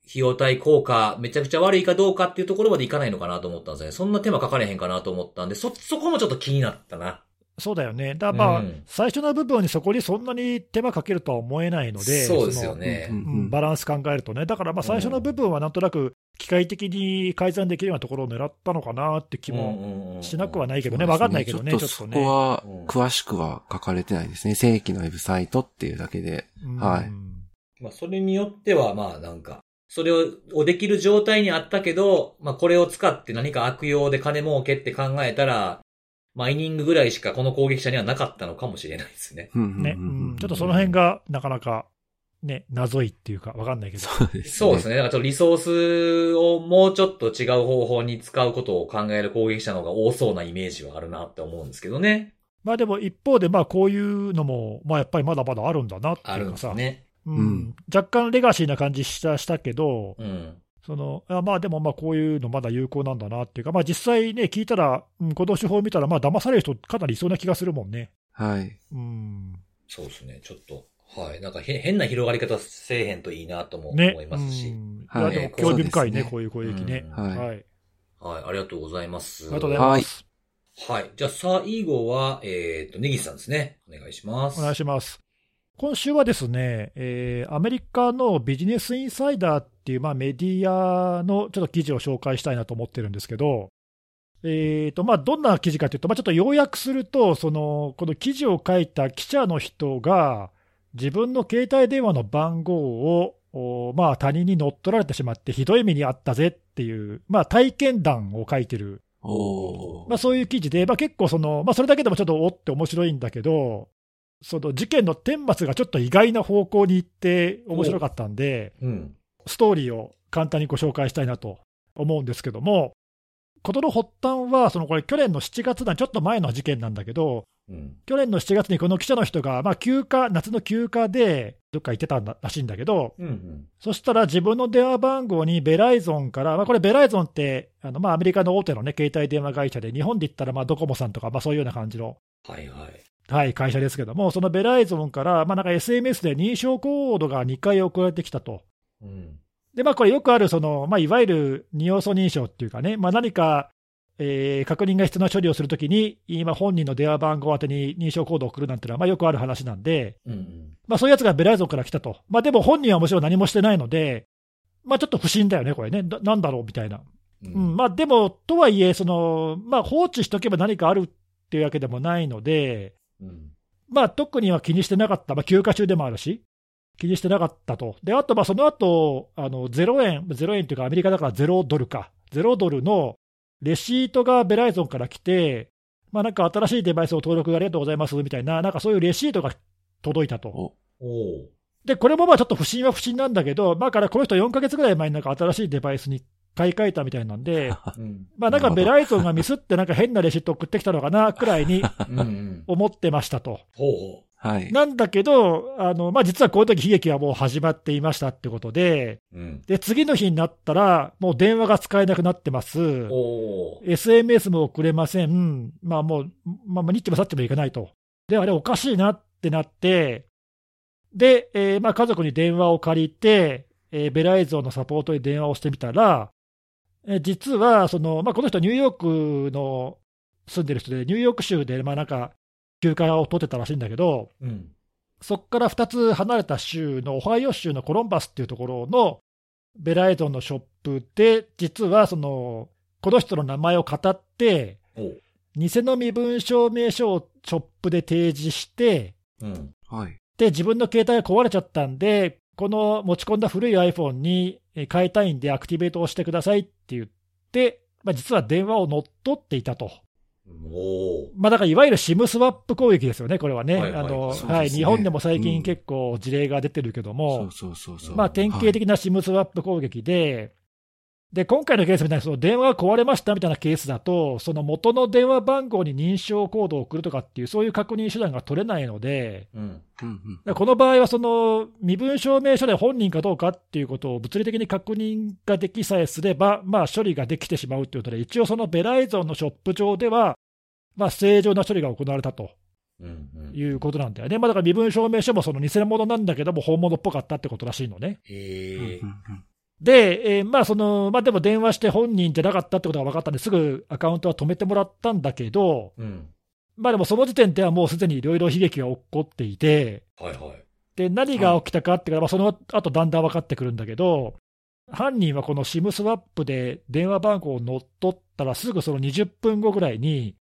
Speaker 1: 費用対効果めちゃくちゃ悪いかどうかっていうところまでいかないのかなと思ったんですよね。そんな手間かかれへんかなと思ったんで、そ、そこもちょっと気になったな。
Speaker 2: そうだよね。だからまあ、
Speaker 1: うん
Speaker 2: 最初の部分にそこにそんなに手間かけるとは思えないので、
Speaker 1: そうですよ
Speaker 2: の
Speaker 1: ね。
Speaker 3: うん
Speaker 2: うんバランス考えるとね、だからまあ最初の部分はなんとなく機械的に改ざんできるようなところを狙ったのかなって気も
Speaker 1: も
Speaker 2: しなくは
Speaker 1: ね。
Speaker 2: ないけどね、
Speaker 3: そうです
Speaker 2: わかんないけどね、
Speaker 3: ちょ
Speaker 2: ち
Speaker 3: っ
Speaker 2: ょ
Speaker 3: と
Speaker 2: っと
Speaker 3: そ
Speaker 2: ね。
Speaker 3: こは
Speaker 1: うん、
Speaker 3: 詳しくは書かれてないですね。正規のウェブサイトっていうだけで。
Speaker 2: うん
Speaker 3: はい
Speaker 1: まあ、それによっては、まあ、なんか、それををできる状態にあったけど、まあ、これを使って何か悪用で金儲けって考えたら、マイニングぐらいしかこの攻撃者にはなかったのかもしれないですね。
Speaker 3: うんうんうん
Speaker 2: ね、うんちょっとその辺がなかなか、ね、謎いっていうか、わかんないけど。
Speaker 3: そうですね。
Speaker 1: そうですね。だからちょっとリソースをもうちょっと違う方法に使うことを考える攻撃者の方が多そうなイメージはあるなって思うんですけどね。
Speaker 2: まあでも一方で、まあこういうのも、まあやっぱりまだまだあるんだなって
Speaker 1: あ
Speaker 2: い
Speaker 1: る
Speaker 2: うんか
Speaker 1: で
Speaker 2: さ、
Speaker 1: すね。
Speaker 2: うん
Speaker 3: うん
Speaker 2: 若干レガシーな感じしたしたけど、
Speaker 1: うん。
Speaker 2: そのあまあでもまあこういうのまだ有効なんだなっていうか、まあ、実際ね、聞いたら、うん、この手法見たら、まあ騙される人、かなりいそうな気がするもんね。
Speaker 3: はい。
Speaker 2: うん、
Speaker 1: そうですね。ちょっと。はい。なんかへ変な広がり方せえへんといいなとも思
Speaker 2: ね、
Speaker 1: いますし。
Speaker 2: うんい
Speaker 3: は
Speaker 2: や
Speaker 3: い
Speaker 2: でも興味深いね、
Speaker 3: そ
Speaker 2: こういう攻撃ね、
Speaker 1: うん
Speaker 3: はい。
Speaker 2: はい。
Speaker 1: はい。ありがとうございます。
Speaker 2: ありがとうございます。
Speaker 1: はい。じゃあ、最後は、えっ、と、ネギさんですね。お願いします。
Speaker 2: お願いします。今週はですね、えーアメリカのビジネスインサイダーっていう、まあ、メディアのちょっと記事を紹介したいなと思ってるんですけど、えーとまあ、どんな記事かというと、まあ、ちょっと要約するとその、この記事を書いた記者の人が、自分の携帯電話の番号を、おまあ、他人に乗っ取られてしまって、ひどい目にあったぜっていう、まあ、体験談を書いてる
Speaker 3: おー
Speaker 2: まあ、そういう記事で、まあ、結構その、まあ、それだけでもちょっとおって面白いんだけど、その事件の顛末がちょっと意外な方向に行って面白かったんで、
Speaker 1: うん。
Speaker 2: ストーリーを簡単にご紹介したいなと思うんですけども、事の発端は、そのこれ、去年の7月だ、ちょっと前の事件なんだけど、
Speaker 1: うん。
Speaker 2: 去年の7月にこの記者の人が、まあ、休暇、夏の休暇で、どっか行ってたんだらしいんだけど、
Speaker 1: うん。うん。
Speaker 2: そしたら自分の電話番号にベライゾンから、まあ、これ、ベライゾンってあの、まあ、アメリカの大手の、ね、携帯電話会社で、日本で言ったらまあドコモさんとか、まあ、そういうような感じの、
Speaker 1: はいはい。
Speaker 2: はい、会社ですけども、そのベライゾンから、まあ、なんか SMS で認証コードが2回送られてきたと。
Speaker 1: うん。
Speaker 2: で、まあ、これ、よくあるその、まあ、いわゆる二要素認証っていうかね、まあ、何か、えー確認が必要な処理をするときに、今、本人の電話番号宛てに認証コードを送るなんてのは、まあ、よくある話なんで、
Speaker 1: うんうん。
Speaker 2: まあ、そういうやつがベライゾンから来たと。まあ、でも本人はもちろん何もしてないので、まあ、ちょっと不審だよね、これね。ななんだろうみたいな。
Speaker 1: う
Speaker 2: うん、まあ、でも、とはいえ、その、まあ、放置しとけば何かあるっていうわけでもないので、
Speaker 1: うん。
Speaker 2: まあ、特には気にしてなかった。まあ、休暇中でもあるし、気にしてなかったと。で、あと、まあ、その後、あの、0円、0円というかアメリカだから0ドルか。0ドルのレシートがベライゾンから来て、まあ、なんか新しいデバイスを登録ありがとうございますみたいな、なんかそういうレシートが届いたと。
Speaker 1: おう
Speaker 2: で、これもまあちょっと不審は不審なんだけど、まあだからこの人4ヶ月ぐらい前になんか新しいデバイスに買い替えたみたいなんで、
Speaker 1: うん。
Speaker 2: まあなんかベライゾンがミスってなんか変なレシート送ってきたのかな、くらいに
Speaker 1: うんうん。
Speaker 2: 思ってましたと。
Speaker 1: ほうほ
Speaker 3: はい。
Speaker 2: なんだけど、あの、まあ実はこういう時悲劇はもう始まっていましたってことで、
Speaker 1: う。うん。
Speaker 2: で、次の日になったら、もう電話が使えなくなってます。
Speaker 1: おう
Speaker 2: SMS も送れません、まあもう、まあ、まあニッチもサッチもいかないと。で、あれおかしいなってなって、で、えーまあ、家族に電話を借りて、えーベライゾンのサポートに電話をしてみたら、えー実はその、まあ、この人、ニューヨークの住んでる人で、ニューヨーク州で、まあ、なんか休暇を取ってたらしいんだけど、
Speaker 1: うん。
Speaker 2: そこから2つ離れた州のオハイオ州のコロンバスっていうところのベライゾンのショップで、実はそのこの人の名前を語って、
Speaker 1: おう。
Speaker 2: 偽の身分証明書をショップで提示して、
Speaker 1: うん。
Speaker 3: はい。
Speaker 2: で自分の携帯が壊れちゃったんで、この持ち込んだ古い iPhone にえー変えたいんで、アクティベートをしてくださいって言って、まあ、実は電話を乗っ取っていたと。
Speaker 1: おう。
Speaker 2: まあ、だからいわゆる SIM スワップ攻撃ですよね、これはね。
Speaker 1: はいはい
Speaker 2: あの
Speaker 3: そうですね
Speaker 2: はい日本でも最
Speaker 3: うん
Speaker 2: 近結構事例が出てるけども、
Speaker 3: そうそうそうそう。
Speaker 2: まあ、典型
Speaker 3: はい
Speaker 2: 的な SIM スワップ攻撃で、で、今回のケースみたいに、その電話が壊れましたみたいなケースだと、その元の電話番号に認証コードを送るとかっていう、そういう確認手段が取れないので、
Speaker 1: うん。
Speaker 3: うんうん
Speaker 2: だからこの場合はその身分証明書で本人かどうかっていうことを物理的に確認ができさえすれば、まあ、処理ができてしまうということで、一応そのベライゾンのショップ上では、まあ、正常な処理が行われたと
Speaker 1: うん、うん。
Speaker 2: いうことなんだよね。まあ、だから身分証明書もその偽物なんだけども、本物っぽかったってことらしいのね。
Speaker 3: うんうん
Speaker 1: へえ
Speaker 3: う。ん
Speaker 2: で、えーまあそのまあ、でも電話して本人じゃなかったってことが分かったんで、すぐアカウントは止めてもらったんだけど、
Speaker 1: うん。
Speaker 2: まあ、でもその時点ではもうすでにいろいろ悲劇が起こっていて、
Speaker 1: はいはい。
Speaker 2: で何が起きたかっていうのは、まあその後だんだん分かってくるんだけど、犯人はこの SIM スワップで電話番号を乗っ取ったら、すぐその20分後ぐらいに、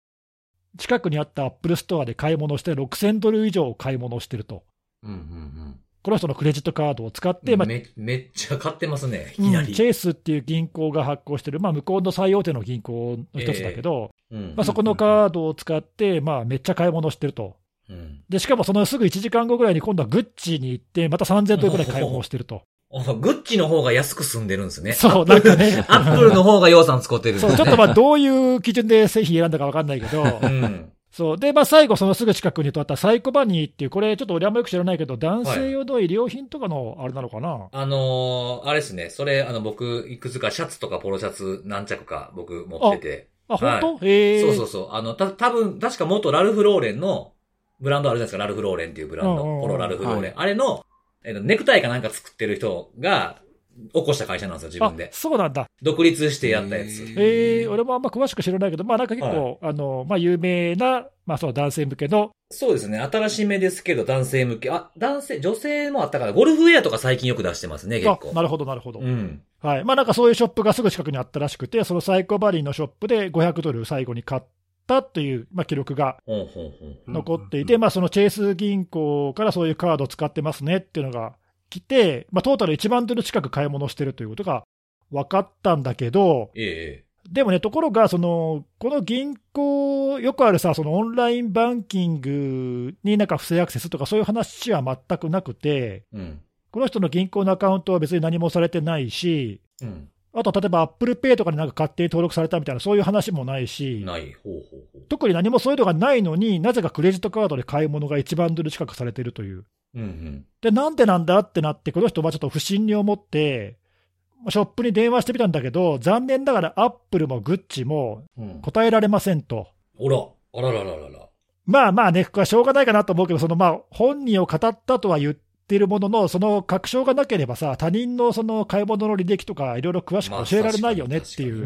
Speaker 2: 近くにあったアップルストアで買い物して、6000ドル以上買い物をしてると、
Speaker 1: うん、うん、
Speaker 2: この人のクレジットカードを使っ
Speaker 1: うん。
Speaker 2: て、まあ、
Speaker 1: め、めっちゃ買ってますね、いき
Speaker 2: うん
Speaker 1: な
Speaker 2: チ
Speaker 1: り。
Speaker 2: ェイスっていう銀行が発行してる、まあ、向こうの最大手の銀行の一つだけど、
Speaker 1: うん
Speaker 2: まあ、そこのカードを使って、まあ、めっちゃ買い物してると。
Speaker 1: うん。
Speaker 2: で、しかもそのすぐ1時間後ぐらいに今度はグッチに行って、また3000ドルぐらい買い物してると。
Speaker 1: あ、グッチの方が安く済んでるんですね。
Speaker 2: [LAUGHS] そう、なん
Speaker 1: [LAUGHS]
Speaker 2: かね。
Speaker 1: アップルの方が予算使ってるんで
Speaker 2: [LAUGHS] そ
Speaker 1: すね。
Speaker 2: う、ちょっとまあ、どういう基準で製品選んだかわかんな
Speaker 1: [LAUGHS]
Speaker 2: いけど、
Speaker 1: うん。
Speaker 2: そう。で、まあ、最後、そのすぐ近くにとあったサイコバニーっていう、これちょっと俺はあんまよく知らないけど、男性用の医療品とかのあれなのかな、
Speaker 1: あのー、あれですね。それ、あの、僕、いくつかシャツとかポロシャツ何着か僕持ってて。
Speaker 2: あ、本当、え
Speaker 1: そうそううそう。あの、た、多分確か元ラルフローレンの、ブランドあるじゃないですか、ラルフローレンっていうブランド。
Speaker 2: うんうんうん
Speaker 1: ポロラルフローレン。
Speaker 3: はい
Speaker 1: あれの、えっと、ネクタイかなんか作ってる人が、起こした会社なんですよ、自分
Speaker 2: あ
Speaker 1: で。
Speaker 2: そうなんだ。
Speaker 1: 独立してやったやつ。
Speaker 2: え
Speaker 3: へ
Speaker 2: ー、俺もあんま詳しく知らないけど、まあなんか結構、あの、まあ有名な、まあそう、男性向けの、
Speaker 1: そうですね。新しめですけど、男性向け。あ、男性、女性もあったから、ゴルフウェアとか最近よく出してますね、結
Speaker 2: あ
Speaker 1: 構。
Speaker 2: なるほど、なるほど、
Speaker 1: うん。
Speaker 2: はい。まあなんかそういうショップがすぐ近くにあったらしくて、そのサイコバリーのショップで500ドル最後に買ったという、まあ記録が
Speaker 1: ほんほんほん。
Speaker 2: 残っていて、まあそのチェイス銀行からそういうカードを使ってますねっていうのが来て、まあトータル1万ドル近く買い物してるということが分かったんだけど、
Speaker 1: ええ。
Speaker 2: でもね、ところが、その、この銀行、よくあるさ、そのオンラインバンキングになんか不正アクセスとかそういう話は全くなくて、
Speaker 1: うん。
Speaker 2: この人の銀行のアカウントは別に何もされてないし、
Speaker 1: うん。
Speaker 2: あと例えば Apple Pay とかになんか勝手に登録されたみたいな、そういう話もないし、
Speaker 1: ない。ほうほうほう。
Speaker 2: 特に何もそういうのがないのになぜかクレジットカードで買い物が1万ドル近くされてるという。
Speaker 1: うんうん。
Speaker 2: で、なんでなんだってなって、この人はちょっと不審に思って、ショップに電話してみたんだけど、残念ながらアップルもグッチも
Speaker 1: うん。
Speaker 2: 答えられませんと。
Speaker 1: あら、あららららら。
Speaker 2: まあまあね、ここはしょうがないかなと思うけど、そのまあ本人を語ったとは言ってるものの、その確証がなければさ、他人のその買い物の履歴とか、いろいろ詳しく教えられないよねっていう、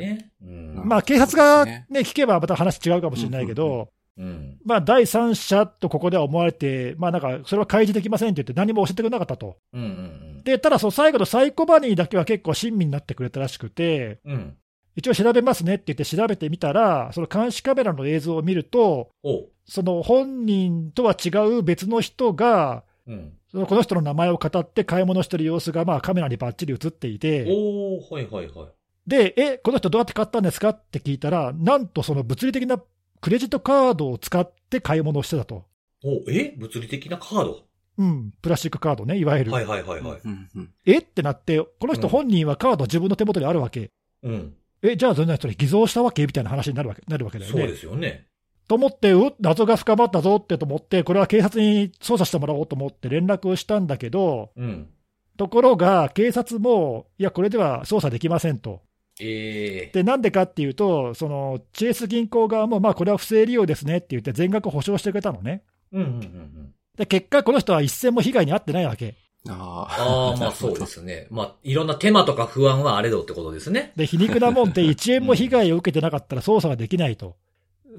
Speaker 2: まあ
Speaker 1: まあ確かに確かにね
Speaker 2: 警
Speaker 3: ま
Speaker 2: 察が、
Speaker 3: そうで
Speaker 2: ね、聞けばまた話違うかもしれないけど、
Speaker 3: うんうん
Speaker 1: う
Speaker 3: う
Speaker 1: ん。うん。
Speaker 2: まあ第三者とここでは思われて、まあなんか、それは開示できませんって言って、何も教えてくれなかったと。
Speaker 1: うんうん
Speaker 2: で、ただ、その最後のサイコバニーだけは結構親身になってくれたらしくて、
Speaker 1: うん。うん。
Speaker 2: 一応調べますねって言って調べてみたら、その監視カメラの映像を見ると、
Speaker 1: おう。
Speaker 2: その本人とは違う別の人が、
Speaker 1: うん。
Speaker 2: そのこの人の名前を語って買い物してる様子がまあカメラにばっちり映っていて、
Speaker 1: おー、はいはいはい。
Speaker 2: で、え、この人どうやって買ったんですかって聞いたら、なんとその物理的なクレジットカードを使って買い物をしてたと。
Speaker 1: おえ物理的なカード
Speaker 2: うん、プラスチックカードね、いわゆる。
Speaker 1: はいはいはいはい。
Speaker 3: うんうん
Speaker 2: えってなって、こ
Speaker 1: う
Speaker 2: の人
Speaker 1: ん
Speaker 2: 本人はカード自分の手元にあるわけ。
Speaker 1: うん。
Speaker 2: え、じゃあ全然それ偽造したわけみたいな話になるわけなるわけだよ
Speaker 1: そう
Speaker 2: ね
Speaker 1: で。すよね。
Speaker 2: と思って、う謎が深まったぞってと思って、これは警察に捜査してもらおうと思って連絡をしたんだけど、
Speaker 1: うん。
Speaker 2: ところが、警察も、いや、これでは捜査できませんと。
Speaker 1: ええ
Speaker 2: で、なんでかっていうと、そのチェイス銀行側も、まあ、これは不正利用ですねって言って、全額保証してくれたのね。
Speaker 1: うんうんうんうん。
Speaker 2: で、結果、この人は一銭も被害に遭ってないわけ。
Speaker 3: あ
Speaker 1: ああ、まあそうですね。 [LAUGHS] まあ、いろんな手間とか不安はあれどってことですね。
Speaker 2: で、皮肉なもんで、1円も被害を受けてなかったら捜査ができないと。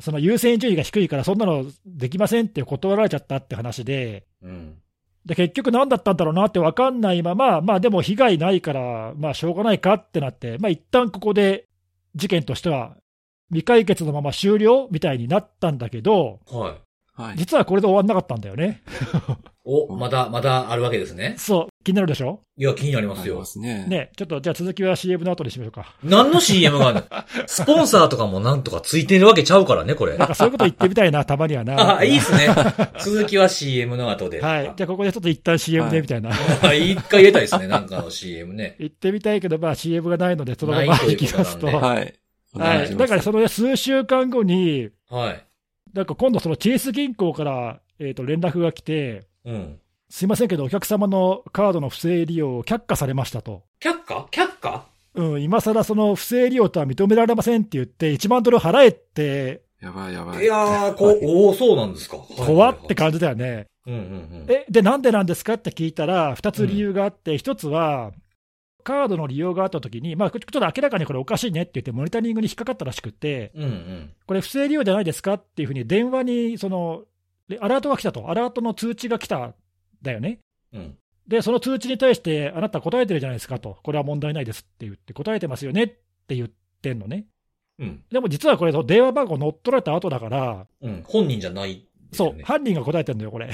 Speaker 2: その優先順位が低いから、そんなのできませんって断られちゃったって話で、
Speaker 1: うん。
Speaker 2: で結局、何だったんだろうなって分かんないまま、まあ、でも被害ないから、まあ、しょうがないかってなって、まあ一旦ここで事件としては未解決のまま終了みたいになったんだけど、
Speaker 1: はい。
Speaker 3: あ。はい。
Speaker 2: 実はこれで終わんなかったんだよね。
Speaker 1: おお、まだ、まだあるわけですね。
Speaker 2: そう、気になるでしょ
Speaker 1: いや、気になりま
Speaker 3: あ
Speaker 1: す
Speaker 3: り
Speaker 1: よ
Speaker 3: ま。すね。
Speaker 2: ね、ちょっとじゃあ続きは CM の後にしましょう
Speaker 1: [LAUGHS]
Speaker 2: か。
Speaker 1: 何の CM があるのスポンサーとかもなんとかついてるわけちゃうからね、これ
Speaker 2: なん。かそういうこと言ってみた [LAUGHS] いな、たまにはな。
Speaker 1: あ、いいっすね。 [LAUGHS] 続きは CM の後で。
Speaker 2: はい。じゃあここでちょっと一旦 CM
Speaker 3: は
Speaker 2: で
Speaker 3: い
Speaker 2: みたいな。
Speaker 1: あ [LAUGHS] 一回入れたいですね、なんかの CM ね。
Speaker 2: 行ってみたいけど、まあ CM がないので、そのまま
Speaker 1: ないとい
Speaker 2: 行
Speaker 1: うこ
Speaker 2: き
Speaker 1: と
Speaker 2: ますと。
Speaker 1: なんで
Speaker 2: は
Speaker 3: はい。お願いし
Speaker 2: い。だ
Speaker 3: ま
Speaker 2: から
Speaker 3: す。
Speaker 2: そのね数週間後に、
Speaker 1: はい。
Speaker 2: なんか今度、そのチェイス銀行から、えー、と連絡が来て、
Speaker 1: うん。
Speaker 2: すいませんけど、お客様のカードの不正利用を却下されましたと、
Speaker 1: 却下却下
Speaker 2: うん、今更その不正利用とは認められませんって言って、1万ドル払えって、
Speaker 3: やばいやばい。
Speaker 1: いやー、こう、おお、そうなんですか。はい
Speaker 2: 怖って。感じだよね。
Speaker 1: うんうんうん。
Speaker 2: え、で、なんでなんですかって聞いたら、2つ理由があって、1つは、カードの利用があったときに、まあ、ちょっと明らかにこれおかしいねって言って、モニタリングに引っかかったらしくって、
Speaker 1: うんうん。
Speaker 2: これ不正利用じゃないですかっていうふうに電話にその、でアラートが来たと、アラートの通知が来たんだよね。
Speaker 1: うん。
Speaker 2: で、その通知に対して、あなた答えてるじゃないですかと、これは問題ないですって言って、答えてますよねって言ってんのね。
Speaker 1: うん。
Speaker 2: でも実はこれ、電話番号乗っ取られた後だから、
Speaker 1: うん。本人じゃないです
Speaker 2: そ
Speaker 1: よ
Speaker 2: う、
Speaker 1: ね。
Speaker 2: 犯人が答えてるんだよ、これ。 [LAUGHS]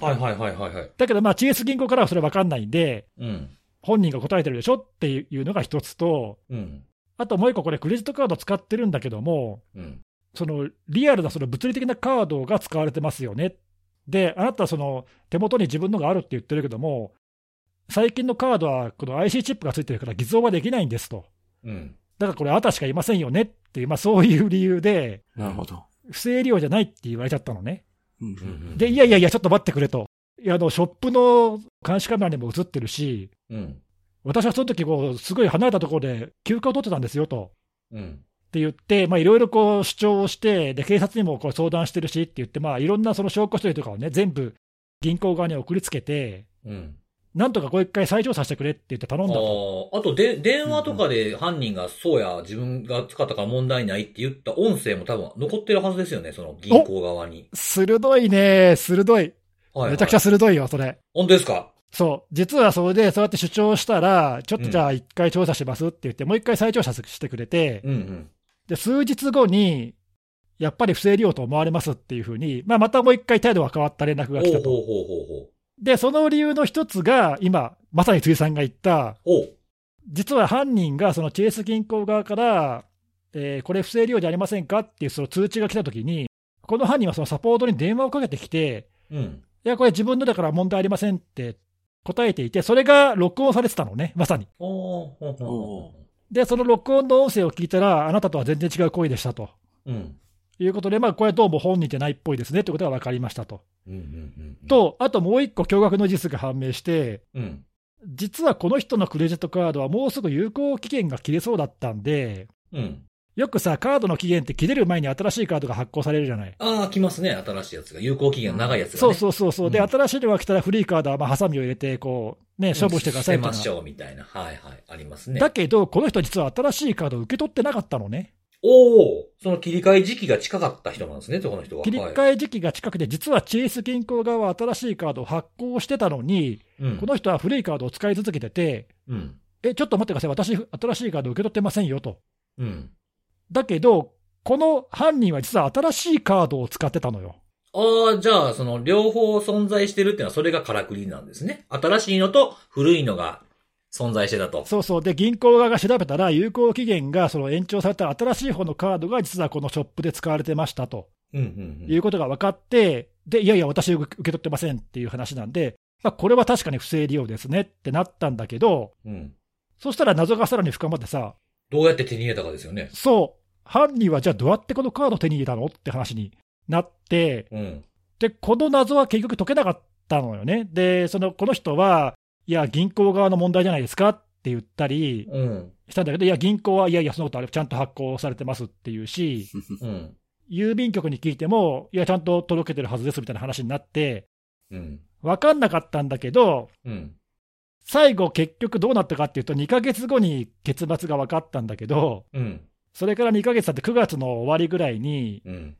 Speaker 1: はいはいはいはいはい。
Speaker 2: だけど、まあ、CS 銀行からはそれ分かんないんで、
Speaker 1: うん。
Speaker 2: 本人が答えてるでしょっていうのが一つと、
Speaker 1: うん。
Speaker 2: あともう一個、これ、クレジットカード使ってるんだけども、
Speaker 1: うん。
Speaker 2: そのリアルなその物理的なカードが使われてますよね。で、あなたはその手元に自分のがあるって言ってるけども、最近のカードはこの IC チップがついてるから偽造はできないんですと。
Speaker 1: うん。
Speaker 2: だからこれ、あなたしかいませんよねっていう、まあ、そういう理由で、
Speaker 3: なるほど。
Speaker 2: 不正利用じゃないって言われちゃったのね。
Speaker 3: うんうん
Speaker 1: うん。
Speaker 2: で、いやいやいや、ちょっと待ってくれと。いや、あの、ショップの監視カメラにも映ってるし、
Speaker 1: うん。
Speaker 2: 私はその時こう、すごい離れたところで休暇を取ってたんですよと。
Speaker 1: うん。
Speaker 2: って言って、まあ、いろいろこう主張をして、で、警察にもこう相談してるしって言って、まあ、いろんなその証拠書類とかをね、全部銀行側に送りつけて、
Speaker 1: うん。
Speaker 2: なんとかこう一回再調査してくれって言って頼ん
Speaker 1: あ
Speaker 2: だと。
Speaker 1: あ、あとで、電話とかで犯人が、そうや、自分が使ったから問題ないって言った音声も多分残ってるはずですよね、その銀行側に。
Speaker 2: 鋭いね、鋭
Speaker 1: は
Speaker 2: い。
Speaker 1: い、はい。
Speaker 2: めちゃくちゃ鋭いよ、それ。
Speaker 1: 本当ですか
Speaker 2: そう、実はそれで、そうやって主張したら、ちょっとじゃあ、一回調査しますって言って、もう一回再調査してくれて、
Speaker 1: うんうん。
Speaker 2: で数日後に、やっぱり不正利用と思われますっていうふうに、まあ、またもう一回態度が変わった連絡
Speaker 1: ほ
Speaker 2: が
Speaker 1: うほ
Speaker 2: 来た
Speaker 1: うほ
Speaker 2: と。
Speaker 1: うほうほう。
Speaker 2: で、その理由の一つが、今、まさに辻さんが言った、
Speaker 1: おう。
Speaker 2: 実は犯人がそのチェイス銀行側から、えーこれ不正利用じゃありませんかっていうその通知が来たときに、この犯人はそのサポートに電話をかけてきて、
Speaker 1: うん。
Speaker 2: いや、これ自分のだから問題ありませんって答えていて、それが録音されてたのね、まさに。
Speaker 1: おおほうほうほ
Speaker 2: で、その録音の音声を聞いたら、あなたとは全然違う行為でしたと
Speaker 1: う。うん。
Speaker 2: いうことで、まあ、これはどうも本人じゃないっぽいですねということが分かりましたと。
Speaker 1: うんうんうん。、
Speaker 2: と、あともう一個驚愕の事実が判明して、
Speaker 1: うん。
Speaker 2: 実はこの人のクレジットカードはもうすぐ有効期限が切れそうだったんで、
Speaker 1: うん。
Speaker 2: よくさ、カードの期限って切れる前に新しいカードが発行されるじゃない。
Speaker 1: ああ、来ますね、新しいやつが。有効期限の長いやつが、ね。
Speaker 2: そうそうそうそう。で、
Speaker 1: うん
Speaker 2: 新しいのが来たら古いカードはまあハサミを入れて、こう、ね、処分してくださ
Speaker 1: 捨て
Speaker 2: いみたい
Speaker 1: ま
Speaker 2: な。
Speaker 1: しょう、みたいな。はいはい。ありますね。
Speaker 2: だけど、この人実は新しいカードを受け取ってなかったのね。
Speaker 1: おおその切り替え時期が近かった人なんですね、この人は。
Speaker 2: 切り
Speaker 1: はい
Speaker 2: 替え時期が近くて、実はチェイス銀行側は新しいカードを発行してたのに、
Speaker 1: うん
Speaker 2: この人は古いカードを使い続けてて、
Speaker 1: うん。
Speaker 2: え、ちょっと待ってください、私、新しいカード受け取ってませんよと。
Speaker 1: うん。
Speaker 2: だけど、この犯人は実は新しいカードを使ってたのよ。
Speaker 1: ああ、じゃあ、その、両方存在してるっていうのは、それがからくりなんですね。新しいのと古いのが存在してたと。
Speaker 2: そうそう、で、銀行側が調べたら、有効期限がその延長された新しい方のカードが、実はこのショップで使われてましたと
Speaker 1: うんうん
Speaker 2: いうことが分かって、で、いやいや、私、受け取ってませんっていう話なんで、まあ、これは確かに不正利用ですねってなったんだけど、
Speaker 1: うん。うん。
Speaker 2: そしたら謎がさらに深まってさ、
Speaker 1: どうやって手に入れたかですよね。
Speaker 2: そう、犯人はじゃあ、どうやってこのカードを手に入れたのって話になって、
Speaker 1: うん。
Speaker 2: で、この謎は結局解けなかったのよね。で、その、この人は、いや、銀行側の問題じゃないですかって言ったり
Speaker 1: うん。
Speaker 2: したんだけど、いや、銀行はいやいや、そのことあれ、ちゃんと発行されてますっていうし、
Speaker 1: うん。
Speaker 2: 郵便局に聞いても、いや、ちゃんと届けてるはずですみたいな話になって、
Speaker 1: うん。
Speaker 2: 分かんなかったんだけど、
Speaker 1: うん。
Speaker 2: 最後、結局どうなったかっていうと、2ヶ月後に結末が分かったんだけど、
Speaker 1: うん。
Speaker 2: それから2ヶ月経って9月の終わりぐらいに、
Speaker 1: うん。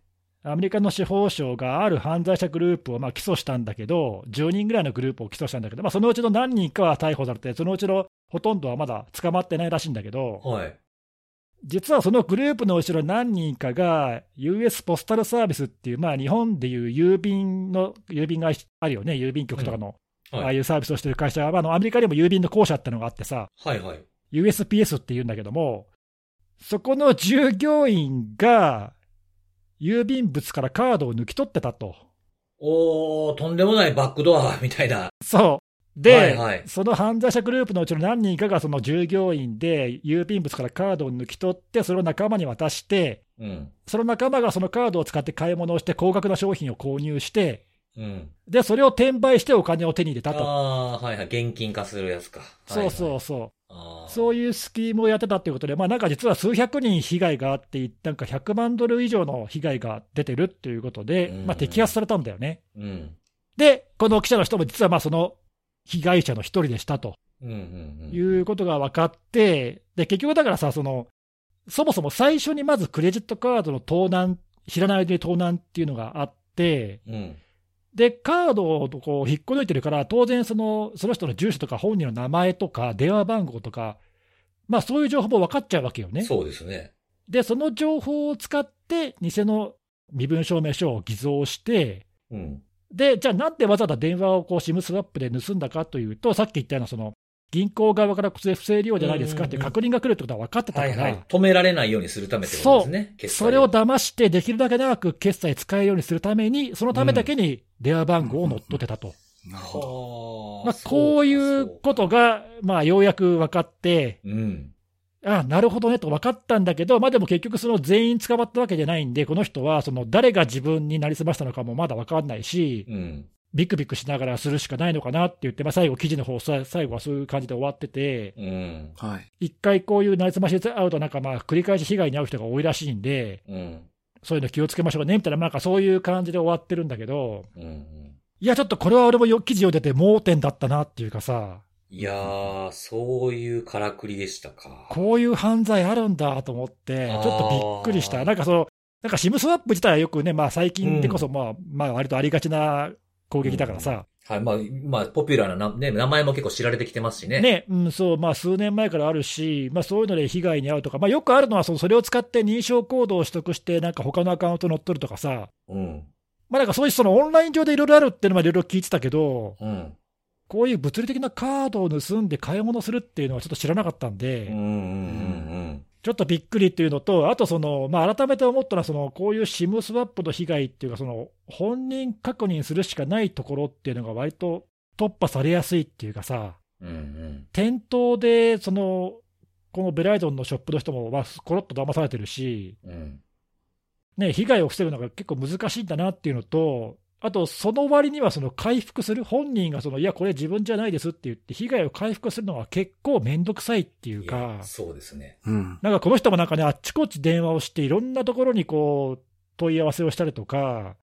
Speaker 2: アメリカの司法省がある犯罪者グループをまあ起訴したんだけど、10人ぐらいのグループを起訴したんだけど、まあ、そのうちの何人かは逮捕されて、そのうちのほとんどはまだ捕まってないらしいんだけど、
Speaker 1: はい。
Speaker 2: 実はそのグループの後ろ何人かが、US ポスタルサービスっていう、まあ、日本でいう郵便の、郵便があるよね、郵便局とかの、
Speaker 1: うんはい
Speaker 2: ああいうサービスをしてる会社は、まああのアメリカにも郵便の公社ってのがあってさ、
Speaker 1: はいはい。
Speaker 2: USPS っていうんだけども、そこの従業員が、郵便物からカードを抜き取ってたと。
Speaker 1: おー、とんでもないバックドアみたいな。
Speaker 2: そう。で、
Speaker 1: はいはい
Speaker 2: その犯罪者グループのうちの何人かがその従業員で、郵便物からカードを抜き取って、それを仲間に渡して、
Speaker 1: うん。
Speaker 2: その仲間がそのカードを使って買い物をして、高額な商品を購入して、
Speaker 1: うん。
Speaker 2: で、それを転売してお金を手に入れたと。
Speaker 1: あー、はいはい。現金化するやつか。
Speaker 2: そうそうそう。
Speaker 1: あー
Speaker 2: そういうスキームをやってたっていうことで、まあなんか実は数百人被害があって、なんか100万ドル以上の被害が出てるっていうことで
Speaker 1: うん、
Speaker 2: まあ摘発されたんだよね。
Speaker 1: うん。
Speaker 2: で、この記者の人も実はまあその被害者の一人でしたと
Speaker 1: うんうんうん。
Speaker 2: いうことが分かって、で、結局だからさ、その、そもそも最初にまずクレジットカードの盗難、知らないうちに盗難っていうのがあって、
Speaker 1: うん。
Speaker 2: で、カードをこう引っこ抜いてるから、当然その、その人の住所とか本人の名前とか、電話番号とか、まあそういう情報も分かっちゃうわけよね。
Speaker 1: そうですね。
Speaker 2: で、その情報を使って、偽の身分証明書を偽造して、
Speaker 1: うん。
Speaker 2: で、じゃあなんでわざわざ電話をこう SIM スワップで盗んだかというと、さっき言ったような、その、銀行側からこれ不正利用じゃないですかっていう確認が来るってことは分かってた
Speaker 1: は
Speaker 2: か
Speaker 1: いはい
Speaker 2: ら。、
Speaker 1: 止められないようにするためってことですね。決済
Speaker 2: それを騙して、できるだけ長く決済使えるようにするために、そのためだけに電話番号を乗っ取ってたと。
Speaker 3: なるほど。
Speaker 1: は
Speaker 2: まあ、こういうことが、まあ、ようやく分かって、
Speaker 1: と。うん。
Speaker 2: あなるほどねと分かったんだけど、まあ、でも結局、その全員捕まったわけじゃないんで、この人はその誰が自分になりすましたのかもまだ分かんないし、
Speaker 1: うん。
Speaker 2: ビクビクしながらするしかないのかなって言って、まあ、最後、記事の方さ最後はそういう感じで終わってて、
Speaker 1: うん。
Speaker 3: はい。
Speaker 2: 一回こういうなりすましで会うと、なんかまあ繰り返し被害に遭う人が多いらしいんで、
Speaker 1: うん。
Speaker 2: そういうの気をつけましょうねみたいな、なんかそういう感じで終わってるんだけど、
Speaker 1: うん。
Speaker 2: いや、ちょっとこれは俺もよ記事を出て盲点だったなっていうかさ。
Speaker 1: いやー、そういうからくりでしたか。
Speaker 2: こういう犯罪あるんだと思って、ち
Speaker 1: あ
Speaker 2: ょ
Speaker 1: ー
Speaker 2: っとびっくりした。なんかその、なんかシムスワップ自体はよくね、まあ最近でこそ、まあ、まあ割とありがちな攻撃だからさ、
Speaker 1: はい。まあ、まあ、ポピュラーなな、ね、名前も結構知られてきてますしね。。
Speaker 2: ね、うん、そう、まあ数年前からあるし、まあそういうので被害に遭うとか、まあよくあるのはその、それを使って認証コードを取得して、なんか他のアカウント乗っ取るとかさ、
Speaker 1: うん。
Speaker 2: まあなんかそういうそのオンライン上でいろいろあるっていうのはいろいろ聞いてたけど、
Speaker 1: うん。
Speaker 2: こういう物理的なカードを盗んで買い物するっていうのはちょっと知らなかったんで、
Speaker 1: うん。うん。うん。
Speaker 2: ちょっとびっくりっていうのと、あとその、まあ、改めて思ったのはその、こういう SIM スワップの被害っていうか、その本人確認するしかないところっていうのが、割と突破されやすいっていうかさ、
Speaker 1: うん。うん。
Speaker 2: 店頭でそのこのベライゾンのショップの人も、まあ、コロッと騙されてるし、
Speaker 1: うん。
Speaker 2: ね、被害を防ぐのが結構難しいんだなっていうのと、あと、その割にはその回復する、本人がそのいや、これ自分じゃないですって言って、被害を回復するのは結構めんどくさいっていう
Speaker 1: い
Speaker 2: か
Speaker 1: や。そうですね。
Speaker 3: うん。
Speaker 2: なんかこの人もなんかね、あっちこっち電話をして、いろんなところにこう問い合わせをしたりとか、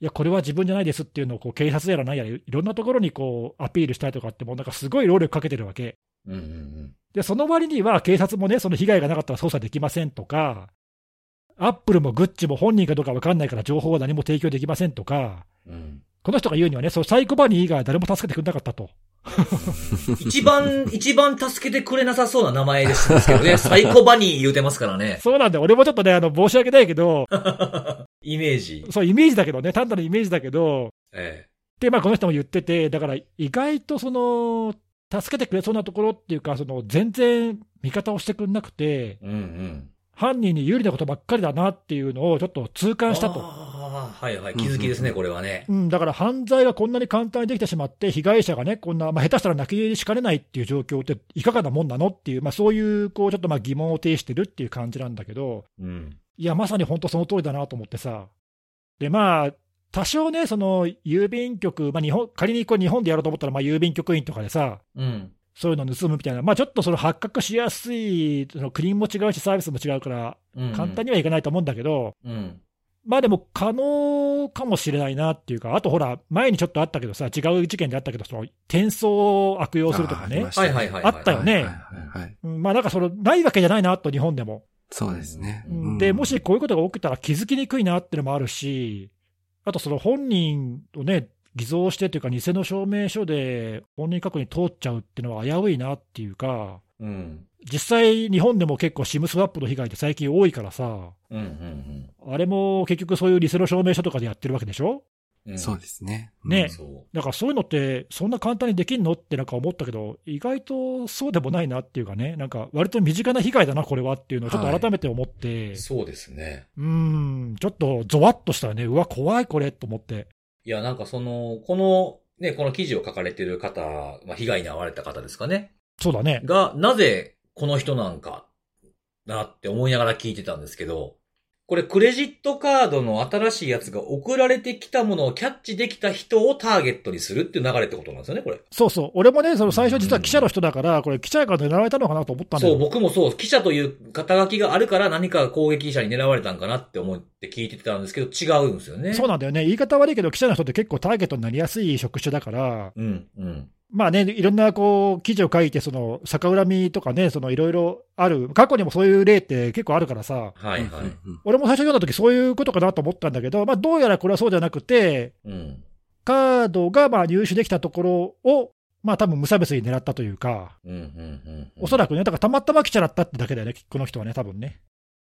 Speaker 2: いや、これは自分じゃないですっていうのをこう警察やら何やら、いろんなところにこうアピールしたりとかって、もうなんかすごい労力かけてるわけ。
Speaker 1: うん。うん。
Speaker 2: で、その割には警察もね、その被害がなかったら捜査できませんとか、アップルもグッチも本人かどうか分かんないから情報は何も提供できませんとか、
Speaker 1: うん。うん。
Speaker 2: この人が言うにはね、そのサイコパニー以外は誰も助けてくれなかったと。
Speaker 1: 一番、一番助けてくれなさそうな名前でしたけどね。サイコバニー言うてますからね。
Speaker 2: そうなんだよ、俺もちょっとね、あの申し訳ないけど、
Speaker 1: イメージ。
Speaker 2: そう、イメージだけどね、単なるイメージだけど、
Speaker 1: え
Speaker 2: で、まあ、この人も言ってて、だから意外とその助けてくれそうなところっていうか、その全然味方をしてくれなくて、
Speaker 1: え。うんうん。
Speaker 2: 犯人に有利なことばっかりだなっていうのをちょっと痛感したと。
Speaker 1: あーはいはい。気づきですね、これはね。
Speaker 2: うん、だから犯罪がこんなに簡単にできてしまって、被害者がね、こんな、まあ、下手したら泣きしかねないっていう状況って、いかがなもんなのっていう、まあ、そういう、こう、ちょっとまあ疑問を呈してるっていう感じなんだけど、
Speaker 1: うん。
Speaker 2: いや、まさに本当その通りだなと思ってさ。で、まあ、多少ね、その、郵便局、まあ、日本、仮にこう日本でやろうと思ったら、まあ、郵便局員とかでさ、
Speaker 1: うん。
Speaker 2: そういうの盗むみたいな、まあ、ちょっとその発覚しやすい、その国も違うし、サービスも違うから、
Speaker 1: うん
Speaker 2: 簡単にはいかないと思うんだけど、
Speaker 1: うん。
Speaker 2: まあでも可能かもしれないなっていうか、あとほら、前にちょっとあったけどさ、違う事件であったけど、その転送を悪用するとか
Speaker 3: あーあり
Speaker 2: ね
Speaker 3: まし、た
Speaker 1: はいはいはいはい。
Speaker 2: あったよね
Speaker 3: はいはいはい。
Speaker 2: うんまあなんかその、ないわけじゃないなと、日本でも。
Speaker 3: そうですね。
Speaker 1: うん
Speaker 3: うん
Speaker 2: で、もしこういうことが起きたら気づきにくいなっていうのもあるし、あとその本人をね、偽造してというか、偽の証明書で本人確認通っちゃうっていうのは危ういなっていうか、
Speaker 1: うん。
Speaker 2: 実際、日本でも結構 SIM スワップの被害って最近多いからさ、
Speaker 1: うん、うん、
Speaker 2: あれも結局そういう偽の証明書とかでやってるわけでしょ
Speaker 1: うん。
Speaker 3: そうですね。
Speaker 2: ね
Speaker 3: うん
Speaker 1: そ
Speaker 2: だからそういうのって、そんな簡単にできんのってなんか思ったけど、意外とそうでもないなっていうかね、なんか割と身近な被害だな、これはっていうのをちょっ
Speaker 3: は
Speaker 2: と
Speaker 3: い
Speaker 2: 改めて思って、
Speaker 1: う。そうですね。
Speaker 2: うーん、ちょっとゾワッとしたよね、うわ、怖いこれと思って。
Speaker 1: いや、なんかその、この、ね、この記事を書かれてる方、まあ、被害に遭われた方ですかね。
Speaker 2: そうだね、
Speaker 1: が、なぜこの人なんか、なって思いながら聞いてたんですけど、これクレジットカードの新しいやつが送られてきたものをキャッチできた人をターゲットにするっていう流れってことなんですよね、これ。
Speaker 2: そうそう、俺もね、その最初、実は記者の人だから、これ、記者が狙われたのかなと思ったんだ
Speaker 1: そう、
Speaker 2: よ
Speaker 1: 僕もそう、記者という肩書きがあるから何か攻撃者に狙われたんかなって思って聞いてたんですけど、違うんですよね。
Speaker 2: そうなんだよね、言い方悪いけど、記者の人って結構ターゲットになりやすい職種だから、
Speaker 1: うん、うん。
Speaker 2: まあね、いろんなこう記事を書いて、その逆恨みとかね、そのいろいろある、過去にもそういう例って結構あるからさ、
Speaker 1: はい、は
Speaker 3: う
Speaker 1: い
Speaker 3: ん。うん
Speaker 2: 俺も最初読んだ時そういうことかなと思ったんだけど、まあ、どうやらこれはそうじゃなくて、
Speaker 1: うん。
Speaker 2: カードがまあ入手できたところを、まあ多分無差別に狙ったというか、
Speaker 1: うん、うん、うん。
Speaker 2: おそらくね、だからたまたま来ちゃったってだけだよね、この人はね、多分ね。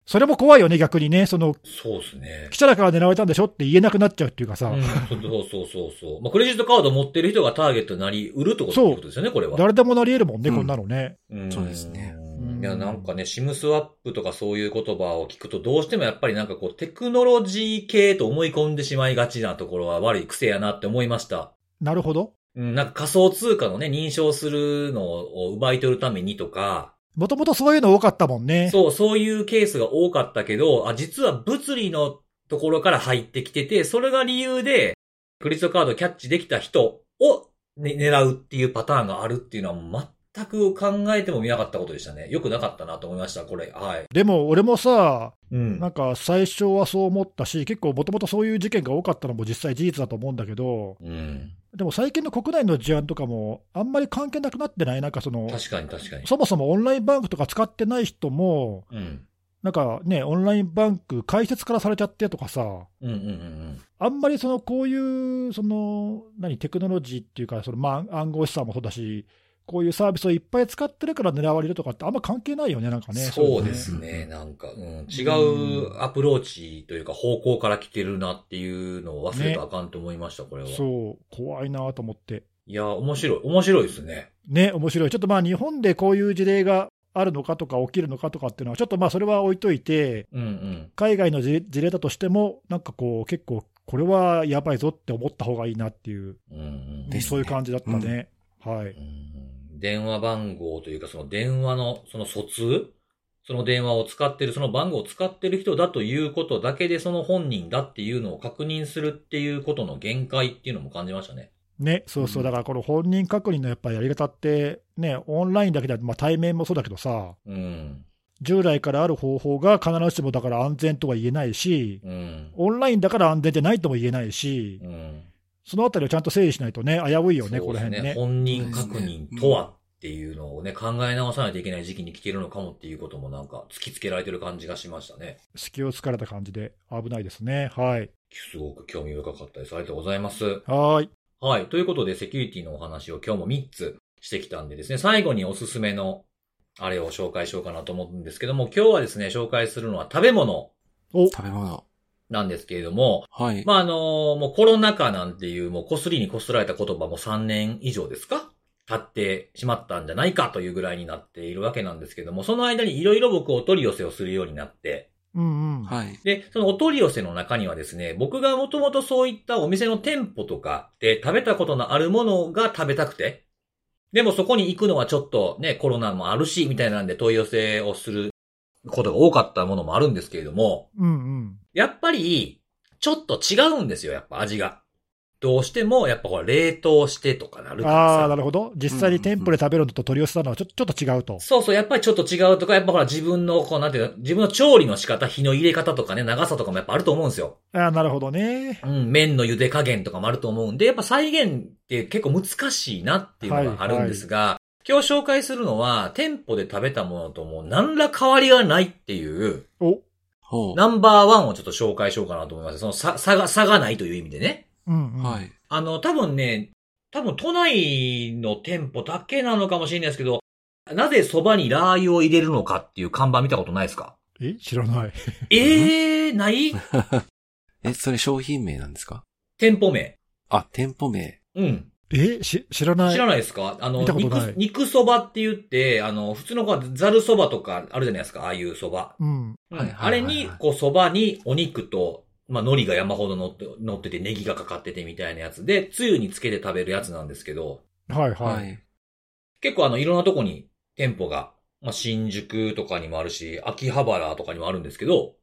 Speaker 2: それも怖いよね、逆にね、その、
Speaker 1: く。そうですね。
Speaker 2: 記者だから狙われたんでしょって言えなくなっちゃうっていうかさ、
Speaker 1: うん、そうそうそうそう。まあ、クレジットカード持ってる人がターゲットになりうるってことってことですよね、これは。
Speaker 2: 誰でもなり得るもんね、
Speaker 3: うん
Speaker 2: こんなのね。
Speaker 1: うん
Speaker 3: そうですね。
Speaker 2: うん
Speaker 1: いや、なんかね、シムスワップとかそういう言葉を聞くと、どうしてもやっぱりなんかこう、テクノロジー系と思い込んでしまいがちなところは悪い癖やなって思いました。
Speaker 2: なるほど。
Speaker 1: うん、なんか仮想通貨のね、認証するのを奪い取るためにとか、
Speaker 2: もともとそういうの多かったもんね。
Speaker 1: そう、そういうケースが多かったけど、あ、実は物理のところから入ってきてて、それが理由で、クレジットカードをキャッチできた人を、ね、狙うっていうパターンがあるっていうのは全く考えてもみなかったことでしたね。よくなかったなと思いました、これ。はい。
Speaker 2: でも俺もさ、
Speaker 1: うん
Speaker 2: なんか最初はそう思ったし、結構もともとそういう事件が多かったのも実際事実だと思うんだけど、
Speaker 1: うん。
Speaker 2: でも最近の国内の事案とかも、あんまり関係なくなってない、なんかその、
Speaker 1: 確かに確かに。
Speaker 2: そもそもオンラインバンクとか使ってない人も、
Speaker 1: うん。
Speaker 2: なんかね、オンラインバンク開設からされちゃってとかさ、
Speaker 1: うんうんうん
Speaker 2: あんまりそのこういう、その、何、テクノロジーっていうか、そのまあ暗号資産もそうだし、こういうサービスをいっぱい使ってるから狙われるとかって、あんま関係ないよね、なんか
Speaker 1: うん。
Speaker 2: ね。
Speaker 1: そうで
Speaker 2: い
Speaker 1: す
Speaker 2: のね
Speaker 1: ね。なんか、うん、違うアプローチというか方向から来てるなっていうのを忘れたらあかんと思いました、これは。
Speaker 2: そう、怖いなと思って。
Speaker 1: いや、面白い。面白いですね。
Speaker 2: ね、面白い。ちょっとまあ日本でこういう事例があるのかとか起きるのかとかっていうのは、ちょっとまあそれは置いといて、
Speaker 1: うんうん。
Speaker 2: 海外の事事例だとしても、なんかこう結構これはやばいぞって思った方がいいなっていう、
Speaker 1: うんうん
Speaker 3: ですね
Speaker 2: そういう感じだったね。はい。
Speaker 1: うん電話番号というか、その電話の、その疎通その電話を使ってる、その番号を使ってる人だということだけで、その本人だっていうのを確認するっていうことの限界っていうのも感じましたね。
Speaker 2: ね、そうそう。だからこの本人確認のやっぱりやり方って、ね、オンラインだけで、まあ対面もそうだけどさ、
Speaker 1: うん。
Speaker 2: 従来からある方法が必ずしもだから安全とは言えないし、
Speaker 1: うん。
Speaker 2: オンラインだから安全じゃないとも言えないし
Speaker 1: う、ん。
Speaker 2: そのあたりをちゃんと整理しないとね、危ういよね、
Speaker 1: そ
Speaker 2: こ
Speaker 1: う
Speaker 2: の
Speaker 1: です
Speaker 2: 辺ね。
Speaker 1: 本人確認とはっていうのをね、考え直さないといけない時期に来てるのかもっていうこともなんか突きつけられてる感じがしましたね。
Speaker 2: 隙を突かれた感じで危ないですね。はい。
Speaker 1: すごく興味深かったです。ありがとうございます。
Speaker 2: はーい。
Speaker 1: はい。ということで、セキュリティのお話を今日も3つしてきたんでですね、最後におすすめのあれを紹介しようかなと思うんですけども、今日はですね、紹介するのは食べ物
Speaker 2: お、
Speaker 3: 食べ物。
Speaker 1: なんですけれども、
Speaker 3: はい。
Speaker 1: まあ、あの、もうコロナ禍なんていう、もうこすりにこすられた言葉も3年以上ですか経ってしまったんじゃないかというぐらいになっているわけなんですけども、その間にいろいろ僕お取り寄せをするようになって、
Speaker 2: うんうん。
Speaker 3: はい。
Speaker 1: で、そのお取り寄せの中にはですね、僕がもともとそういったお店の店舗とかで食べたことのあるものが食べたくて、でもそこに行くのはちょっとね、コロナもあるし、みたいなんで問い寄せをすることが多かったものもあるんですけれども、
Speaker 2: うんうん。
Speaker 1: やっぱり、ちょっと違うんですよ、やっぱ味が。どうしても、やっぱこれ冷凍してとかなるからさ。
Speaker 2: ああ、なるほど。実際に店舗で食べるのと取り寄せたのはちょちょっと違うと。
Speaker 1: そうそう、やっぱりちょっと違うとか、やっぱほら自分の、こうなんていうの、自分の調理の仕方、火の入れ方とかね、長さとかもやっぱあると思うんですよ。
Speaker 2: ああ、なるほどね。
Speaker 1: うん、麺の茹で加減とかもあると思うんで、やっぱ再現って結構難しいなっていうのがあるんですが、今日紹介するのは、店舗で食べたものともう何ら変わりがないっていう、
Speaker 2: お、
Speaker 3: ほう。
Speaker 1: ナンバーワンをちょっと紹介しようかなと思います。その差、差が、差がないという意味でね。
Speaker 2: うん、うん。
Speaker 3: はい。
Speaker 1: あの、多分ね、多分都内の店舗だけなのかもしれないですけど、なぜそばにラー油を入れるのかっていう看板見たことないですか
Speaker 2: え知らない。
Speaker 1: ええー、ない
Speaker 3: え、それ商品名なんですか
Speaker 1: 店舗名。
Speaker 3: あ、店舗名。
Speaker 1: うん。
Speaker 2: えし知らない。
Speaker 1: 知らないですかあの
Speaker 2: 見た、ことない
Speaker 1: 肉、肉そばって言って、あの、普通の子はざるそばとかあるじゃないですか、ああいうそば。
Speaker 2: うん。
Speaker 1: うん
Speaker 3: はいはいはい
Speaker 1: あれに、こう、そばにお肉と、まあ、海苔が山ほど乗って、乗ってて、ネギがかかっててみたいなやつで、つゆにつけて食べるやつなんですけど、
Speaker 2: はい
Speaker 3: は
Speaker 2: はい。
Speaker 3: い。
Speaker 1: 結構あの、いろんなとこに店舗が、まあ、新宿とかにもあるし、秋葉原とかにもあるんですけど、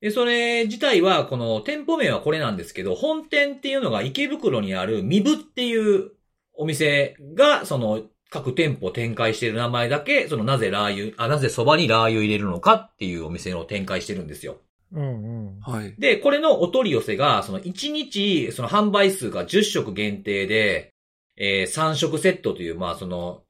Speaker 1: で、それ自体は、この店舗名はこれなんですけど、本店っていうのが池袋にあるミブっていうお店が、その、各店舗展開している名前だけ、そのなぜラー油、あ、なぜそばにラー油入れるのかっていうお店を展開してるんですよ。
Speaker 2: うんうん。
Speaker 3: はい。
Speaker 1: で、これのお取り寄せが、その1日、その販売数が10食限定で、えー3食セットという、まあその、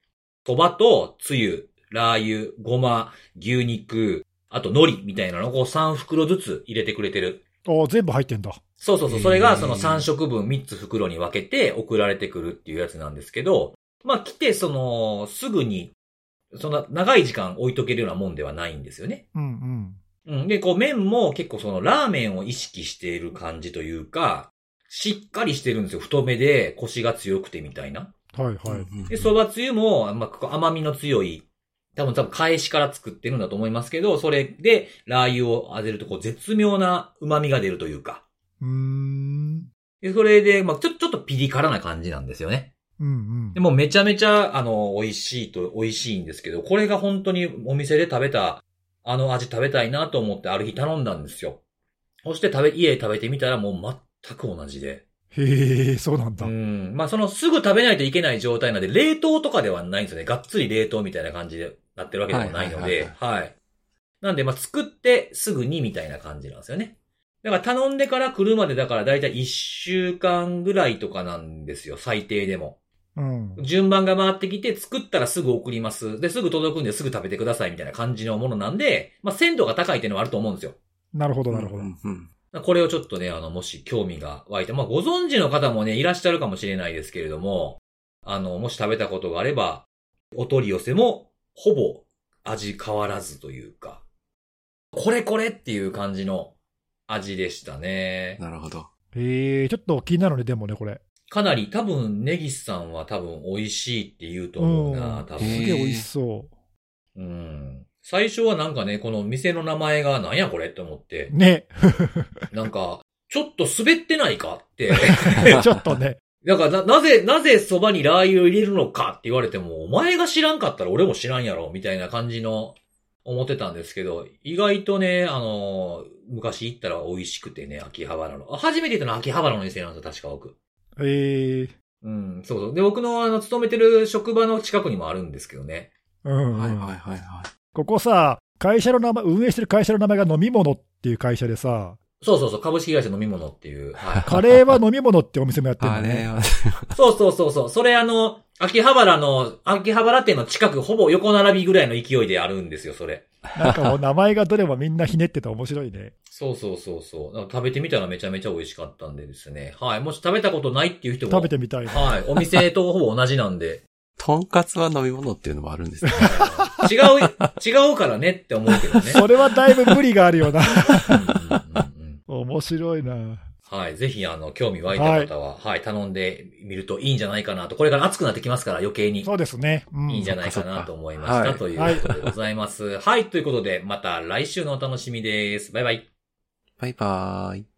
Speaker 1: 蕎麦とつゆ、ラー油、ごま、牛肉、あと海苔みたいなのをこう3袋ずつ入れてくれてる。
Speaker 2: あ全部入ってんだ。
Speaker 1: そうそうそう。
Speaker 3: へー
Speaker 1: それがその3食分3つ袋に分けて送られてくるっていうやつなんですけど、まあ来てその、すぐに、そんな長い時間置いとけるようなもんではないんですよね。
Speaker 2: うん
Speaker 1: うん。で、こう麺も結構そのラーメンを意識している感じというか、しっかりしてるんですよ。太めで、腰が強くてみたいな。
Speaker 2: うん。はいはい。
Speaker 3: うんうん
Speaker 1: で、蕎麦つゆも、まあ、ここ甘みの強い、多分多分返しから作ってるんだと思いますけど、それでラー油を当てるとこう絶妙な旨味が出るというか。
Speaker 2: うーん。
Speaker 1: で、それで、まあ、ちょ、ちょっとピリ辛な感じなんですよね。
Speaker 2: うんうん
Speaker 1: で。もうめちゃめちゃ、あの、美味しいと、美味しいんですけど、これが本当にお店で食べた、あの味食べたいなと思ってある日頼んだんですよ。そして食べ、家で食べてみたらもう全く同じで。
Speaker 2: へえ、そうなん
Speaker 1: う
Speaker 2: だ。
Speaker 1: ん。まあ、そのすぐ食べないといけない状態なんで、冷凍とかではないんですよね。がっつり冷凍みたいな感じでなってるわけでもないの
Speaker 3: はいはい
Speaker 1: で、はい。なんで、まあ、作ってすぐにみたいな感じなんですよね。だから頼んでから来るまでだからだいたい1週間ぐらいとかなんですよ。最低でも。
Speaker 2: うん。
Speaker 1: 順番が回ってきて、作ったらすぐ送ります。で、すぐ届くんですぐ食べてくださいみたいな感じのものなんで、まあ、鮮度が高いっていうのはあると思うんですよ。
Speaker 2: なるほど、なるほど
Speaker 3: う。んうん
Speaker 1: これをちょっとね、あの、もし興味が湧いて、まあ、ご存知の方もね、いらっしゃるかもしれないですけれども、あの、もし食べたことがあれば、お取り寄せも、ほぼ、味変わらずというか、これこれっていう感じの味でしたね。
Speaker 3: なるほど。
Speaker 2: へえ、ちょっと気になるね、でもね、これ。
Speaker 1: かなり、多分、ネギスさんは多分、美味しいって言うと思うな、多
Speaker 2: す
Speaker 1: 分。
Speaker 3: へー
Speaker 2: げえ美味しそ
Speaker 1: うん。最初はなんかね、この店の名前がなんやこれって思って
Speaker 2: [LAUGHS] う。、ね。
Speaker 3: [LAUGHS]
Speaker 1: なんか、ちょっと滑ってないかって。 [LAUGHS]
Speaker 3: [LAUGHS]
Speaker 2: ちょっとね。
Speaker 1: なんかな、なぜ、なぜそばにラー油を入れるのかって言われても、お前が知らんかったら俺も知らんやろ、みたいな感じの、思ってたんですけど、意外とね、あのー昔行ったら美味しくてね、秋葉原の。あ初めて行ったのは秋葉原の店なんですよ、確か僕。
Speaker 2: へえ。
Speaker 1: うん、そうそう。で、僕のあの、勤めてる職場の近くにもあるんですけどね。
Speaker 2: うん。
Speaker 3: はいはいはいは
Speaker 2: ここさ、会社の名前、運営してる会社の名前が飲み物っていう会社でさ、
Speaker 1: そうそうそう、株式会社飲み物っていう。はい
Speaker 2: カレーは飲み物ってお店もやっ
Speaker 3: い。
Speaker 2: てる
Speaker 3: あ
Speaker 2: の
Speaker 3: れ
Speaker 2: ね。
Speaker 3: は、
Speaker 1: そうそうそうそう。それあの、秋葉原の、秋葉原店の近く、ほぼ横並びぐらいの勢いであるんですよ、それ。
Speaker 2: なんかもう名前がどれもみんなひねってて面白いね。
Speaker 1: そうそうそうそう。なんか食べてみたらめちゃめちゃ美味しかったんでですね。はい。もし食べたことないっていう人も。
Speaker 2: 食べてみたいな。
Speaker 1: はい。お店とほぼ同じなんで。
Speaker 3: [LAUGHS]
Speaker 1: [LAUGHS]
Speaker 3: とんかつは飲み物っていうのもあるんですね。
Speaker 1: 違う、違うからねって思うけどね。
Speaker 2: [LAUGHS] それはだいぶ無理があるよな。 [LAUGHS]
Speaker 1: うんうんうんうん
Speaker 2: 面白いな。
Speaker 1: はい。ぜひ、あの、興味湧いた方は、はい、頼んでみるといいんじゃないかなと。これから暑くなってきますから、余計に。
Speaker 2: そうですね。うん。
Speaker 1: いいんじゃないかなと思いまし
Speaker 3: そ
Speaker 1: た
Speaker 3: っか
Speaker 1: と
Speaker 3: そ
Speaker 1: いう
Speaker 2: かはい
Speaker 1: ことでございます。はい、ということで、また来週のお楽しみです。バイバイ。
Speaker 3: バイバーイ。